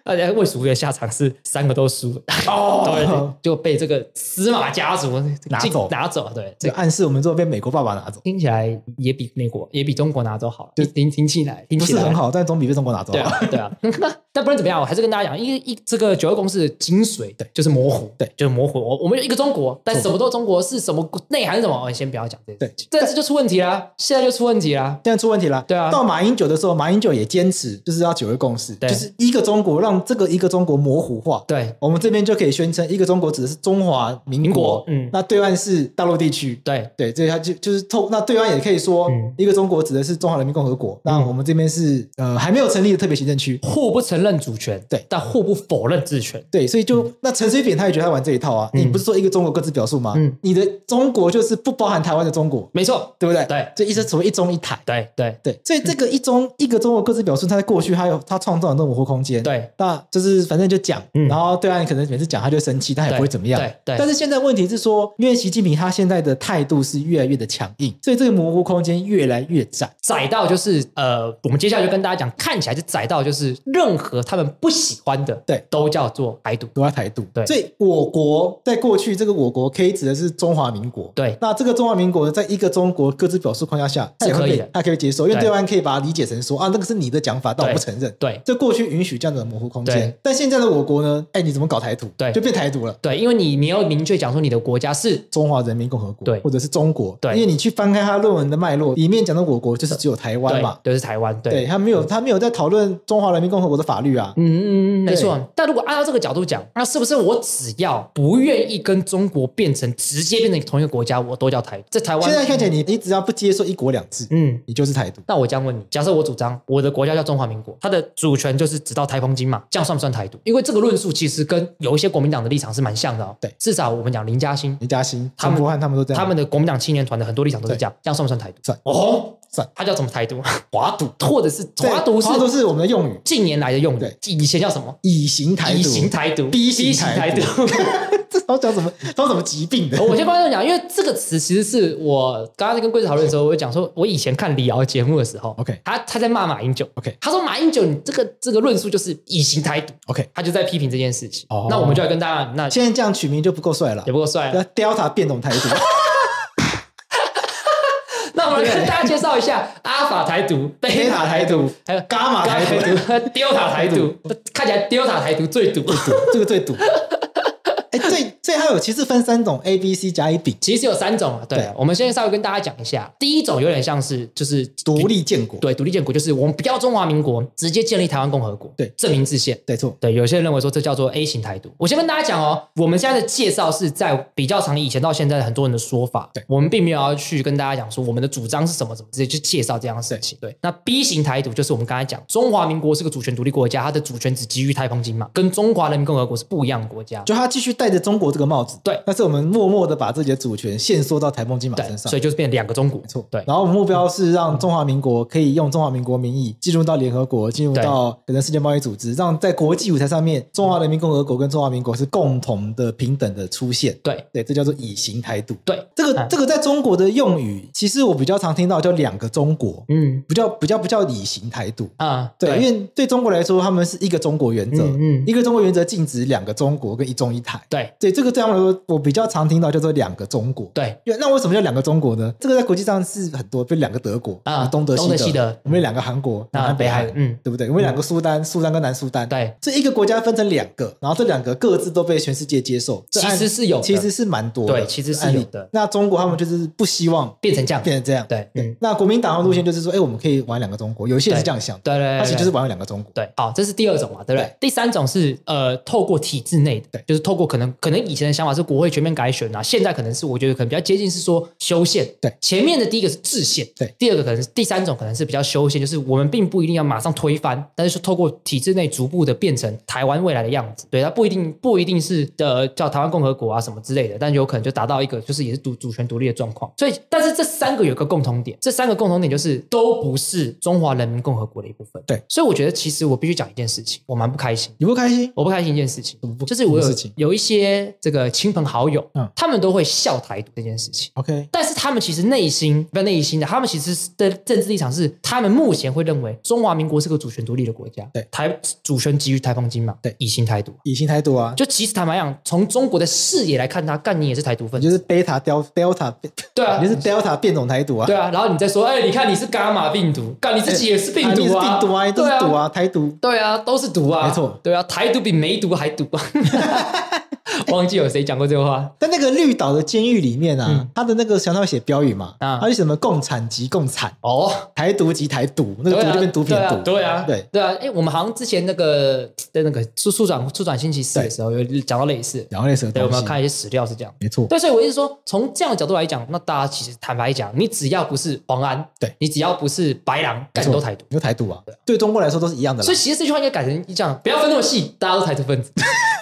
大家哎魏蜀吴的下场是三个都输，
哦，
对， 就被这个司马家族
拿
进
走
拿走，对，
这
这
个暗示我们最后被美国爸爸拿走，
听起来也比美国也比中国拿走好了，
对
听听起来听
不
起
是
来
很。好，但总比被中国拿走
对
好。
啊，对啊， 但不论怎么样，我还是跟大家讲，因为一这个九二共识的精髓，对，就是模糊，
对，
就是模糊。我我们有一个中国，但什么都中国是什么内涵是什么，我先不要讲这个，
对
但是就出问题啦，现在就出问题啦，
现在出问题了。
对啊
到马英九的时候，马英九也坚持就是要九二共识，就
对
是一个中国，让这个一个中国模糊化。
对
我们这边就可以宣称一个中国指的是中华民
民国嗯
那对岸是大陆地区。
对
对，这它就就是透，那对岸也可以说
嗯
一个中国指的是中华人民共和国，那我们这边是呃还没有成立的特别行政区。
互不承认主权，
对
但互不否认治权，
对，所以就、那陈水扁他也觉得他玩这一套啊，
嗯
你不是说一个中国各自表述吗？
嗯
你的中国就是不包含台湾的中国，
没错，
对不对？
对嗯
就一直所谓一中一台。
对对
对，所以这个一中、一个中国各自表述，它在过去还有它创造的那种模糊空间。，
对
那就是反正就讲，
嗯
然后对岸可能每次讲他就生气，但也哎不会怎么样。
对对对
但是现在问题是说，因为习近平他现在的态度是越来越的强硬，所以这个模糊空间越来越窄。
窄到就是呃，我们接下来就跟大家讲，看起来就窄到就是任何他们不喜欢的，
对，
都叫做台独，
都要台独，
对
所以我国在过去这个我国可以指的是中华民国，
对
那这个中华民国在一个中国各自表述框架下，它也
是可
会
以
被
的
它可以接受，因为
对
对岸可以把它理解成说啊，那个是你的讲法，但我
对
不承认，
对
这过去允许这样的模糊空间
对，
但现在的我国呢？哎，你怎么搞台独？
对
就变台独了。
对，因为你你要明确讲说你的国家是
中华人民共和国，
对
或者是中国，
对
因为你去翻开他论文的脉络，里面讲的我国就是只有台湾
对
嘛，，
就是台湾，对，嗯
对，他没有他没有在讨论中华人民共和国的法律啊，
嗯嗯嗯，没
对
错。但如果按照这个角度讲，那是不是我只要不愿意跟中国变成直接变成同一个国家，我都叫台？在台湾
现在看起来你你只要不接受一国两制，
嗯。
你就是台独，
那我这样问你：假设我主张我的国家叫中华民国，它的主权就是直到台风金嘛，这样算不算台独？因为这个论述其实跟有一些国民党的立场是蛮像的哦。
对
至少我们讲林嘉欣，
林嘉欣、
他
陈
们
伯汉他们都这样，
他们的国民党青年团的很多立场都是这样，这样算不算台独？
算
哦，
算
它叫什么台独？ 华独，或者是
对
华独是
华独是我们的用语，
近年来的用语
对，
以前叫什么？
以形台独，
以型台独
，B 型
型
台
台
独
独。
这都讲什么？都什么疾病的？
我先跟观众讲，因为这个词其实是我刚刚在跟贵子讨论的时候，我就讲说，我以前看李敖节目的时候
OK
他他在骂马英九
OK
他说马英九你这个这个论述就是以形台独
OK
他就在批评这件事情。
哦
那我们就要跟大家，那
现在这样取名就不够帅了
也，不够帅啊
要
了。
Delta 变种 台独，
那我们来跟大家介绍一下阿法台独、贝塔台独，还有
伽马台独，
独、丢塔台独，看起来丢塔台独最毒。
这个最毒。哎，最最还有其实分三种 A、B、C 加一丙，
其实有三种啊，对
对
我们现在稍微跟大家讲一下，第一种有点像是就是
独立建国，
对，独立建国就是我们不要中华民国，直接建立台湾共和国，
对
证明制宪。
对错，
对，有些人认为说这叫做 A 型台独。我先跟大家讲哦，我们现在的介绍是在比较长以前到现在很多人的说法，
对
我们并没有要去跟大家讲说我们的主张是什么什么，直接去介绍这样的事情。对，那 B 型台独就是我们刚才讲，中华民国是个主权独立国家，它的主权只基于台澎金马，跟中华人民共和国是不一样的国家。
就他继续代戴着中国这个帽子，
对
但是我们默默的把自己的主权限缩到台风金马
对，
身上
所。以就是变两个中国
没错，，
对，
然后我们目标是让中华民国可以用中华民国名义进入到联合国，进入
对
到可能世界贸易组织，让在国际舞台上面，中华人民共和国跟中华民国是共同的、平等的出现。
对，
对，这叫做以形态度。
对，
这个
嗯
这个在中国的用语，其实我比较常听到叫两个中国，
嗯
不叫不叫不叫以形态度。
啊，
对，因为对中国来说，他们是一个中国原则，
嗯嗯
一个中国原则禁止两个中国跟一中一台。
对
对，这个对他们来说，我比较常听到叫做两个中国。
对，
因为那为什么叫两个中国呢？这个在国际上是很多，比如两个德国
啊
东德
东德
西
西德
我们有两个韩国，
那
南韩北
北
韩
韩，，嗯，
对不对？我们有两个苏丹，苏丹跟南苏丹，
对，
这一个国家分成两个，然后这两个各自都被全世界接受，这
其
案
实是有的
其实是蛮多的，
对其实是
案例
有的
那中国他们就是不希望
变成这样，
变成这样，
对，嗯，
那国民党的路线就是说，哎，我们可以玩两个中国，有些人是这样想的，
对对对，
他其实
对
就是玩两个中国，
对，好，这是第二种嘛，对不对？
对
第三种是呃，透过体制内的，
对
就是透过可能可能以前的想法是国会全面改选啊，现在可能是我觉得可能比较接近是说修宪，
对
前面的第一个是制宪，
对
第二个可能是第三种可能是比较修宪，就是我们并不一定要马上推翻，但是说透过体制内逐步的变成台湾未来的样子，对，它不一定不一定是呃叫台湾共和国啊什么之类的，但有可能就达到一个就是也是主主权独立的状况，所以但是这三个有个共同点，这三个共同点就是都不是中华人民共和国的一部分，
对
所以我觉得其实我必须讲一件事情，我蛮不开心。
你不开心？
我不开心一件事情
怎么不，
就是我
什
有
么事情
有一些这个亲朋好友，
嗯
他们都会笑台独这件事情，
OK，
但是他们其实内心不是内心的，他们其实是的政治立场是，他们目前会认为中华民国是个主权独立的国家，
对
台主权基于台风金嘛，
对
以心台独。
以形态度啊，
就其实坦白讲，从中国的视野来看他，干你也是台独分
你
子，
就是贝塔、delta、delta，
对啊
你就是 delta 变种台独啊，
对啊，然后你再说，哎、你看你是伽马病毒，干你自己也是病
啊你
毒
是
啊，
病毒啊，你都
对
是
啊，
毒啊，台独。
对啊，都是毒啊，
没错，
对啊，台独比梅毒还 毒啊，忘记有谁讲过这个话，
在那个绿岛的监狱里面啊，
嗯
他的那个墙上有写标语嘛，
啊
他是什么共产即共产，
哦，
台独即台独，那个
对
毒
啊
就变毒品的毒，
对啊，对啊
对，
对啊。哎，我们好像之前那个在那个处处长处长星期四
对
的时候有讲到类似，
然后类似的
对，我
东
们
西
有，看一些史料是这样。
没错，
对，所以我一直说，从这样的角度来讲，那大家其实坦白讲，你只要不是黄安，
对
你只要不是白狼，干
没错
都台独。
就台独啊，对中国来说都是一样的啦
所以，其实这句话应该改成这样，不要分那么细，大家都台独分子。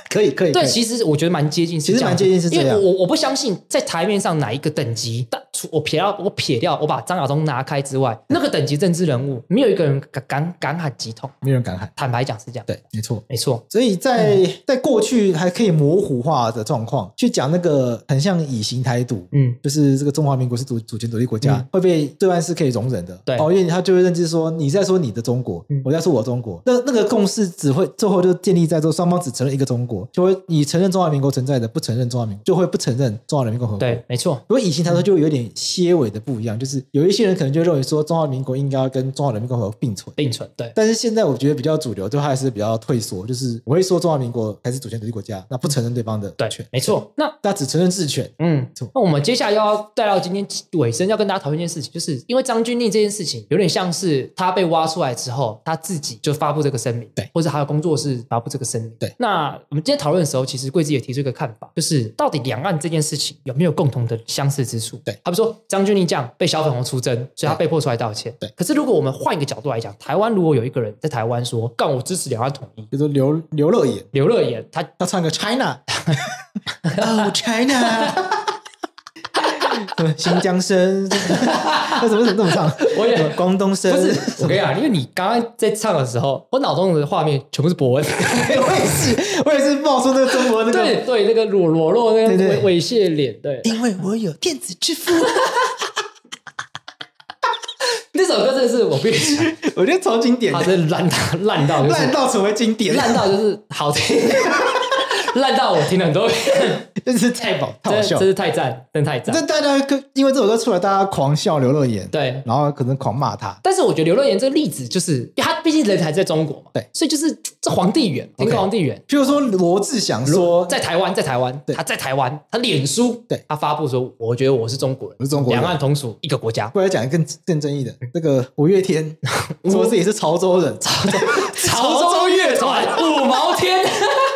可以可以，
对，
可以
其实我觉得蛮接近是这样子，
哎其实蛮接近是这样
因为我我我不相信在台面上哪一个等级，但除我撇掉我撇掉我把张亚中拿开之外，那个等级政治人物没有一个人敢敢敢喊急痛。
没有人敢喊，
坦白讲是这样，
对，没错。
没错，
所以在、
嗯
在过去还可以模糊化的状况，去讲那个很像以形台独，
嗯，
就是这个中华民国是主主权独立国家，
嗯
会被对岸是可以容忍的。
对
哦，因为他就会认知说你在说你的中国，
嗯
我在说我中国。那那个共识只会最后就建立在说双方只承认一个中国，就会你承认中华民国存在的，不承认中华民国就会不承认中华人民共和国。
对，没错，
如果以前他说就有点些微的不一样，就是有一些人可能就认为说中华民国应该要跟中华人民共和国并存。
并存，对，
但是现在我觉得比较主流，就还是比较退缩，就是我会说中华民国还是主权独立国家，那不承认对方的
对
权，，
没错。那
那只承认治权。
嗯
错，
那我们接下来要带到今天尾声，要跟大家讨论一件事情，就是因为张钧甯这件事情，有点像是他被挖出来之后，他自己就发布这个声明，
对
或者还有工作室发布这个声明，
对
那我们今天讨论的时候，其实贵子也提出一个看法，就是到底两岸这件事情有没有共同的相似之处？
对
他们说张钧甯这样被小粉红出征，所以他被迫出来道歉，
对
可是如果我们换一个角度来讲，台湾如果有一个人在台湾说，干我支持两岸统一，
比如说刘刘乐言，
刘乐言他
他唱个 China，哦 China，什么新疆生，那什么怎么这么唱？
我也
什么广东生，
不是，我跟你讲，因为你刚刚在唱的时候，我脑中的画面全部是 博恩，
我也是，我也是冒出那个中国那个，
对对，那个裸裸露那个
对对
猥猥亵脸，对，
因为我有电子支付，
那首歌真的是我必须 讲，
我觉得超经典
它
的，
真的烂到烂到就是
烂到成为经典，
烂到就是好听， 烂到我听了很多遍，
真是 太宝太好
真
笑
真。是太赞，真的太
那
赞，
大家可因为这首歌出来，大家狂笑刘乐言，
对。
然后可能狂骂他，
但是我觉得刘乐言这个例子，就是因为他毕竟人还在中国嘛，
对
所以就是这皇帝远，天高
OK
皇帝远，
譬如说罗志祥说
在台湾，在台湾，
对
他在台湾，他脸书，
对
他发布说，我觉得我是中国人，
我是中国人
两岸同属一个国家，
过来讲更更正义的，那个五月 天说自己是潮州人，
潮州乐团五毛天，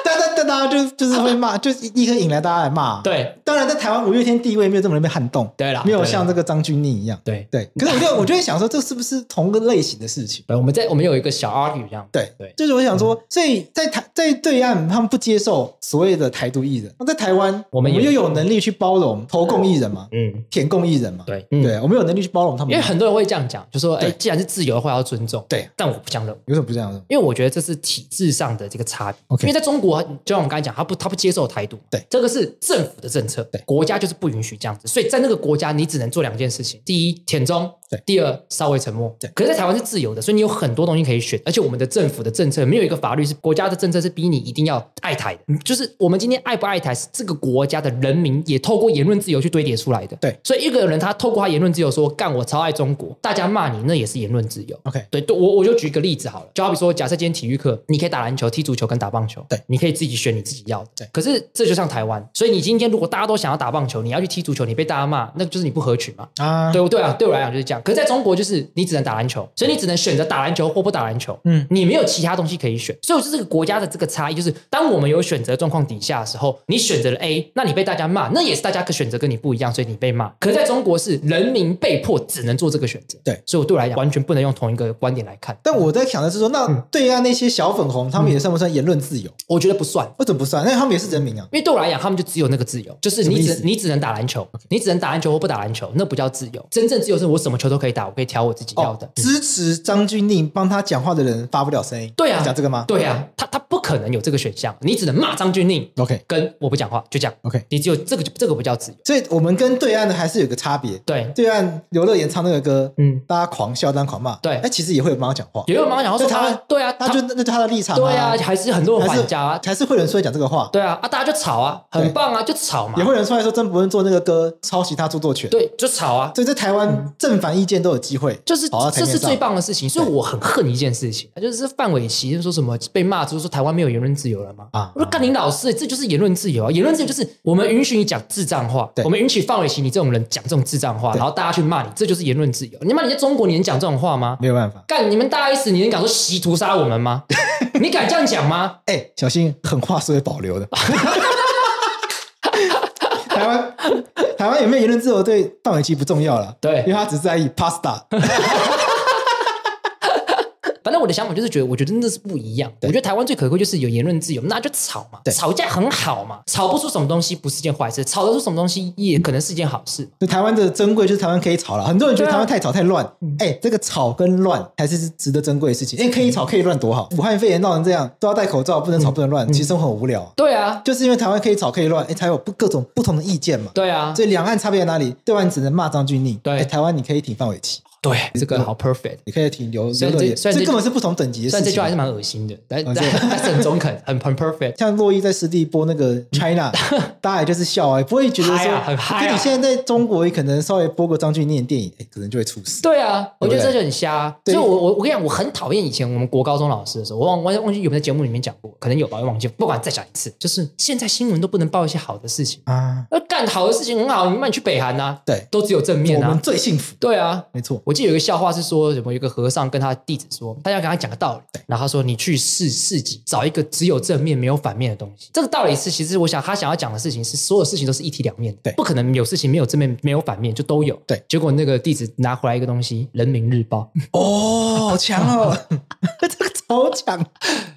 但但但大家啊，就就是会骂，就立刻引来大家来骂。，
对
当然在台湾五月天地位没有这么容易被撼动，
对啦，
没有
对啦
像这个张钧甯一样。
对
对，可是我就我就会想说，这是不是同个类型的事情？
对，我们在我们有一个小 argue 这样，
对
对嗯
就是我想说，所以在台在对岸，他们不接受所谓的台独艺人；那在台湾，
我
我
们
们
也
又有能力去包容投共艺人嘛，
嗯，
舔共艺人嘛，
对，嗯，
对，我们有能力去包容他们
因为
嘛。
很多人会这样讲，就说，哎，
对
既然是自由的话，要尊重，
对，
但我不这样认为。
为什么不这样呢？
因为我觉得这是体制上的这个差别。
嗯 OK
因为在中国，就像我们刚才讲，他不他不接受台独，
对，
这个是政府的政策，
对
国家就是不允许这样子。所以在那个国家，你只能做两件事情：第一，舔中；
对
第二，稍微沉默。
对
可是，在台湾是自由的，所以你有很多东西可以选，而且我们的政府的政策没有一个法律是国家的政策是逼你一定要爱台的，嗯就是我们今天爱不爱台是这个国家的人民也透过言论自由去堆叠出来的。
对
所以一个人他透过他言论自由说“干我超爱中国”，大家骂你那也是言论自由。
OK，
对，对我我就举一个例子好了，就好比说，假设今天体育课，你可以打篮球、踢足球跟打棒球，
对，
你可以自己选你自己要的，
对
可是这就像台湾，所以你今天如果大家都想要打棒球，你要去踢足球，你被大家骂，那就是你不合群嘛。
啊，
对，对啊，对我来讲就是这样。可是在中国，就是你只能打篮球，所以你只能选择打篮球或不打篮球，
嗯
你没有其他东西可以选。所以我就这个国家的这个差异，就是当我们有选择状况底下的时候，你选择了 A，那你被大家骂，那也是大家可选择跟你不一样，所以你被骂。可是在中国是人民被迫只能做这个选择，
对
所以我对我来讲完全不能用同一个观点来看。
但我在想的是说，
嗯
那对岸那些小粉红，他们也算不算言论自由？
我觉得不算。
为什么不算？那他们也是人民啊。
因为对我来讲，他们就只有那个自由，就是
什么
你
意
只
思
你只能打篮球你只能打篮球或不打篮球，那不叫自由。真正自由是我什么球都可以打，我可以挑我自己要的。
哦
嗯
支持张钧甯帮他讲话的人发不了声音，
对啊
讲这个吗？
对啊，他他不可能有这个选项，你只能骂张钧甯，
，OK
跟我不讲话，就这样。
OK，
你只有这个就这个不叫自由。
所以我们跟对岸的还是有个差别。
对，
对岸游乐园唱那个歌，
嗯，
大家狂笑，当狂骂，哎
对
那其实也会有人帮他讲话，
也有人帮我讲说
就他
他，对啊，
他就那那就他的立场、
对啊，，还是很多人
还是
还价啊，
还是会有人出来讲这个话，
对啊，啊大家就吵啊，很
对
棒啊，就吵嘛
也，会有人出来说曾伯恩做那个歌抄袭他著作权，，
对，就吵啊，
所以在台湾正反意见都有机会，
就是
跑到台
这
面
是
上
最棒的事情，所以
对
我很恨一件事情，就是范玮琪就说什么被骂，就是说台湾没有言论自由了吗？
啊
我说干你老师，这就是言论自由啊！言论自由就是我们允许你讲智障话，
对
我们允许范玮琪你这种人讲这种智障话，
对
然后大家去骂你，这就是言论自由。你骂你在中国，你能讲这种话吗？
没有办法，
干你们大 S，你能敢说习屠杀我们 吗？你敢这样讲吗？
哎、小心狠话是会保留的。 台湾台湾有没有言论自由对范玮琪不重要了，
对
因为他只在意 pasta。
反正我的想法就是觉得，我觉得那是不一样。我觉得台湾最可贵就是有言论自由，那就吵嘛，
对
吵架很好嘛，吵不出什么东西不是件坏事，吵得出什么东西也可能是件好事。
就台湾的珍贵就是台湾可以吵了，很多人觉
对啊嗯
得台湾太吵太乱，哎、这个吵跟乱才是值得珍贵的事情。哎、可以吵可以乱多好！武汉肺炎闹成这样，都要戴口罩，不
嗯
能吵不能乱，其实生活很无聊啊、
对啊，
就是因为台湾可以吵可以乱，哎、才有不各种不同的意见嘛。
对啊，
所以两岸差别在哪里？对岸只能骂张钧甯，
对
哎台湾你可以挺范玮琪，
对，这个好 perfect。
你可以挺刘
虽然
刘乐
这
言，
虽
这
然这
根本是不同等级的
虽然这嗯
事
句
情
话还。是蛮恶心的，但
啊
但
这
但是很中肯，很很 perfect。
像洛伊在实地播那个 China，大家也就是笑啊，也不会觉得
嗯嗨
说，
啊很嗨啊
就你现在在中国，也可能稍微播个张钧甯的电影，哎、可能就会出事。
对啊，我觉得
对不
这
对
就很瞎啊。所
对
以我我我跟你讲，我很讨厌以前我们国高中老师的时候，我忘忘忘记有没有在节目里面讲过，可能有吧，我忘记。不管再讲一次，就是现在新闻都不能报一些好的事情，
啊，
那干好的事情很好，你那你去北韩呐、
对，
都只有正面
我们
啊。
最幸福。
对啊，
没错，
我记得有一个笑话是说，什么有一个和尚跟他弟子说，大家跟他讲个道理，然后他说你去市市集找一个只有正面没有反面的东西。这个道理是，其实我想他想要讲的事情是，所有事情都是一体两面的，
对
不可能有事情没有正面没有反面就都有。
对
结果那个弟子拿回来一个东西，《人民日 报》
哦，好强哦， 这个超强，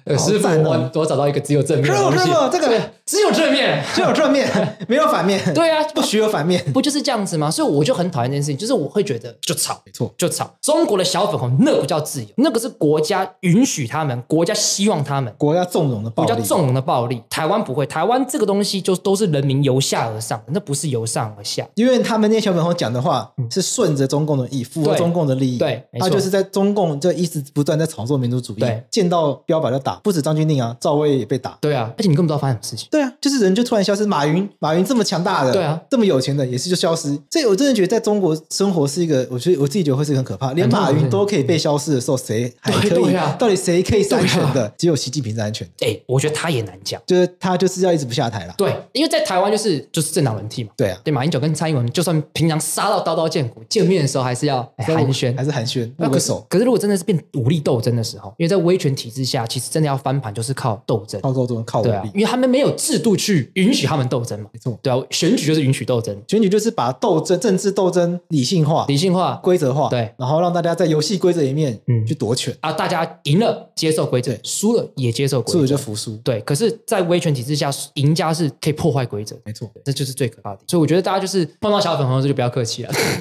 呃，
好
师傅，
赞
我
哦
我找到一个只有正面的东西
师，傅这个
对只有正面，
只有 正面，没有反面，
对啊，
不许有反面，
不就是这样子吗？所以我就很讨厌这件事情，就是我会觉得就吵，
没错，
就吵。中国的小粉红那不叫自由，那个是国家允许他们，国家希望他们。
国家纵容的暴
比较
力，
纵容的暴力，台湾不会，台湾这个东西就都是人民由下而上的，那不是由上而下。
因为他们那些小粉红讲的话是顺着中共的意，符
嗯
合
对
中共的利益，
对没错
他就是在中共这一直不断在炒作民族主义
对，
见到标靶就打，不止张钧甯啊，赵薇也被打。
对啊，而且你根本不知道发生什么事情。
对啊，就是人就突然消失。马云，马云这么强大的，
对啊
这么有钱的，也是就消失。所以，我真的觉得在中国生活是一个，我觉得我自己觉觉得会是很可怕。连马云都可以被消失的时候，谁还可
对
以
对啊？
到底谁可以是安全的？只有习近平是安全的，
哎、我觉得他也难讲。
就是他就是要一直不下台啦。
对，因为在台湾就是就是政党轮替嘛。
对啊，
对，马英九跟蔡英文就算平常杀到刀刀见骨，见面的时候还是要、哎寒暄
还。是寒暄，
那
握
可
个
是
手，
可是如果真的是变武力斗争的时候，因为在威权体制下，其实真的要翻盘就是靠斗争。
靠沟通，靠武
对啊，
力，
因为他们没有制度去允许他们斗争嘛。
没错。
对啊，选举就是允许斗争，
选举就是把斗争、政治斗争理性化、
理性化
规则化，
对，
然后让大家在游戏规则里面
嗯
去夺权，
啊，大家赢了接受规则
对，
输了也接受
所
规
以就
则。
服输。
对，可是，在威权体制下，赢家是可以破坏规则的，
没错，
这就是最可怕的。所以我觉得大家就是碰到小粉红的时候就不要客气了。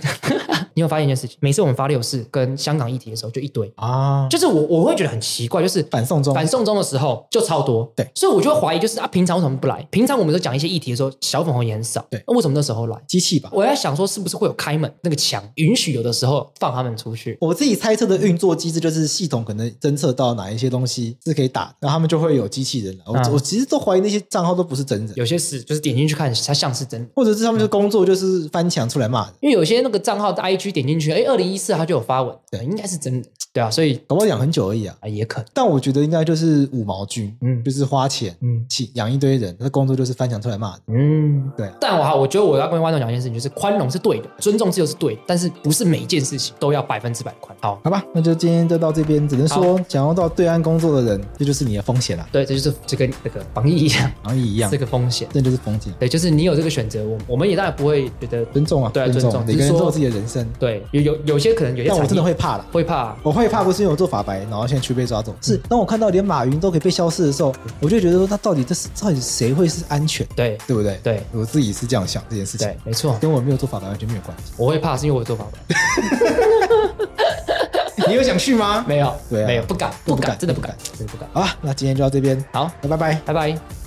你有发现一件事情，每次我们发六四跟香港议题的时候，就一堆，
啊，
就是我我会觉得很奇怪，就是
反送中
反送中的时候就超多，
对
所以我就会怀疑，就是啊，平常为什么不来？平常我们都讲一些议题的时候，小粉红也很少，
对
那为什么那时候来？
机器吧。
我在想说，是不是会有开门那个墙，允许有的时候放他们出去？
我自己猜测的运作机制就是系统可能侦测到哪一些东西是可以打，然后他们就会有机器人了。我、
嗯
我其实都怀疑那些账号都不是真人，
有些是就是点进去看，它像是真的。
或者是他们的工作就是翻墙出来骂人，
因为有些那个账号的 IG 点进去，哎，二零一四他就有发文，呃
对
应该是真的，对啊，所以
搞不好养很久而已啊。
啊也可能，
但我觉得应该就是五毛军，
嗯
就是花钱
嗯
请养一堆人，那工作就是翻墙出来骂人。
嗯，
对啊
但我哈，我觉得我要跟观众讲一件事情，就是宽容是对的，尊重自由是对的，但是不是每一件事情都要百分之百宽。好，
好吧，那就今天就到这边，只能说想要到对岸工作的人，这就是你的风险啦，
对，这就是就跟那个防疫一样，
然后也一样
这，个风险。
这就是风险，
对，就是你有这个选择，我我们也当然不会觉得
尊重啊，
对啊
尊
尊重
重，每个
只
人
是
都
说
有自己的人生。
对，有有有些可能有些产
但我
业
真的会怕啦。
会怕，
我会怕不是因为我做法白，然后现在去被抓走，是当我看到连马云都可以被消失的时候，我就觉得说，那到底这是到底谁会是安全，
对
对不对？
对
我自己是这样想这件事情
对，，没错，
跟我没有做法白完全没有关系。
我会怕是因为我做法白，
你有想去吗？
没有，
对啊
没有，不敢，不
不敢
敢，真的不敢
不，
真的不敢。
好吧，那今天就到这边，
好，
那拜拜。
拜拜。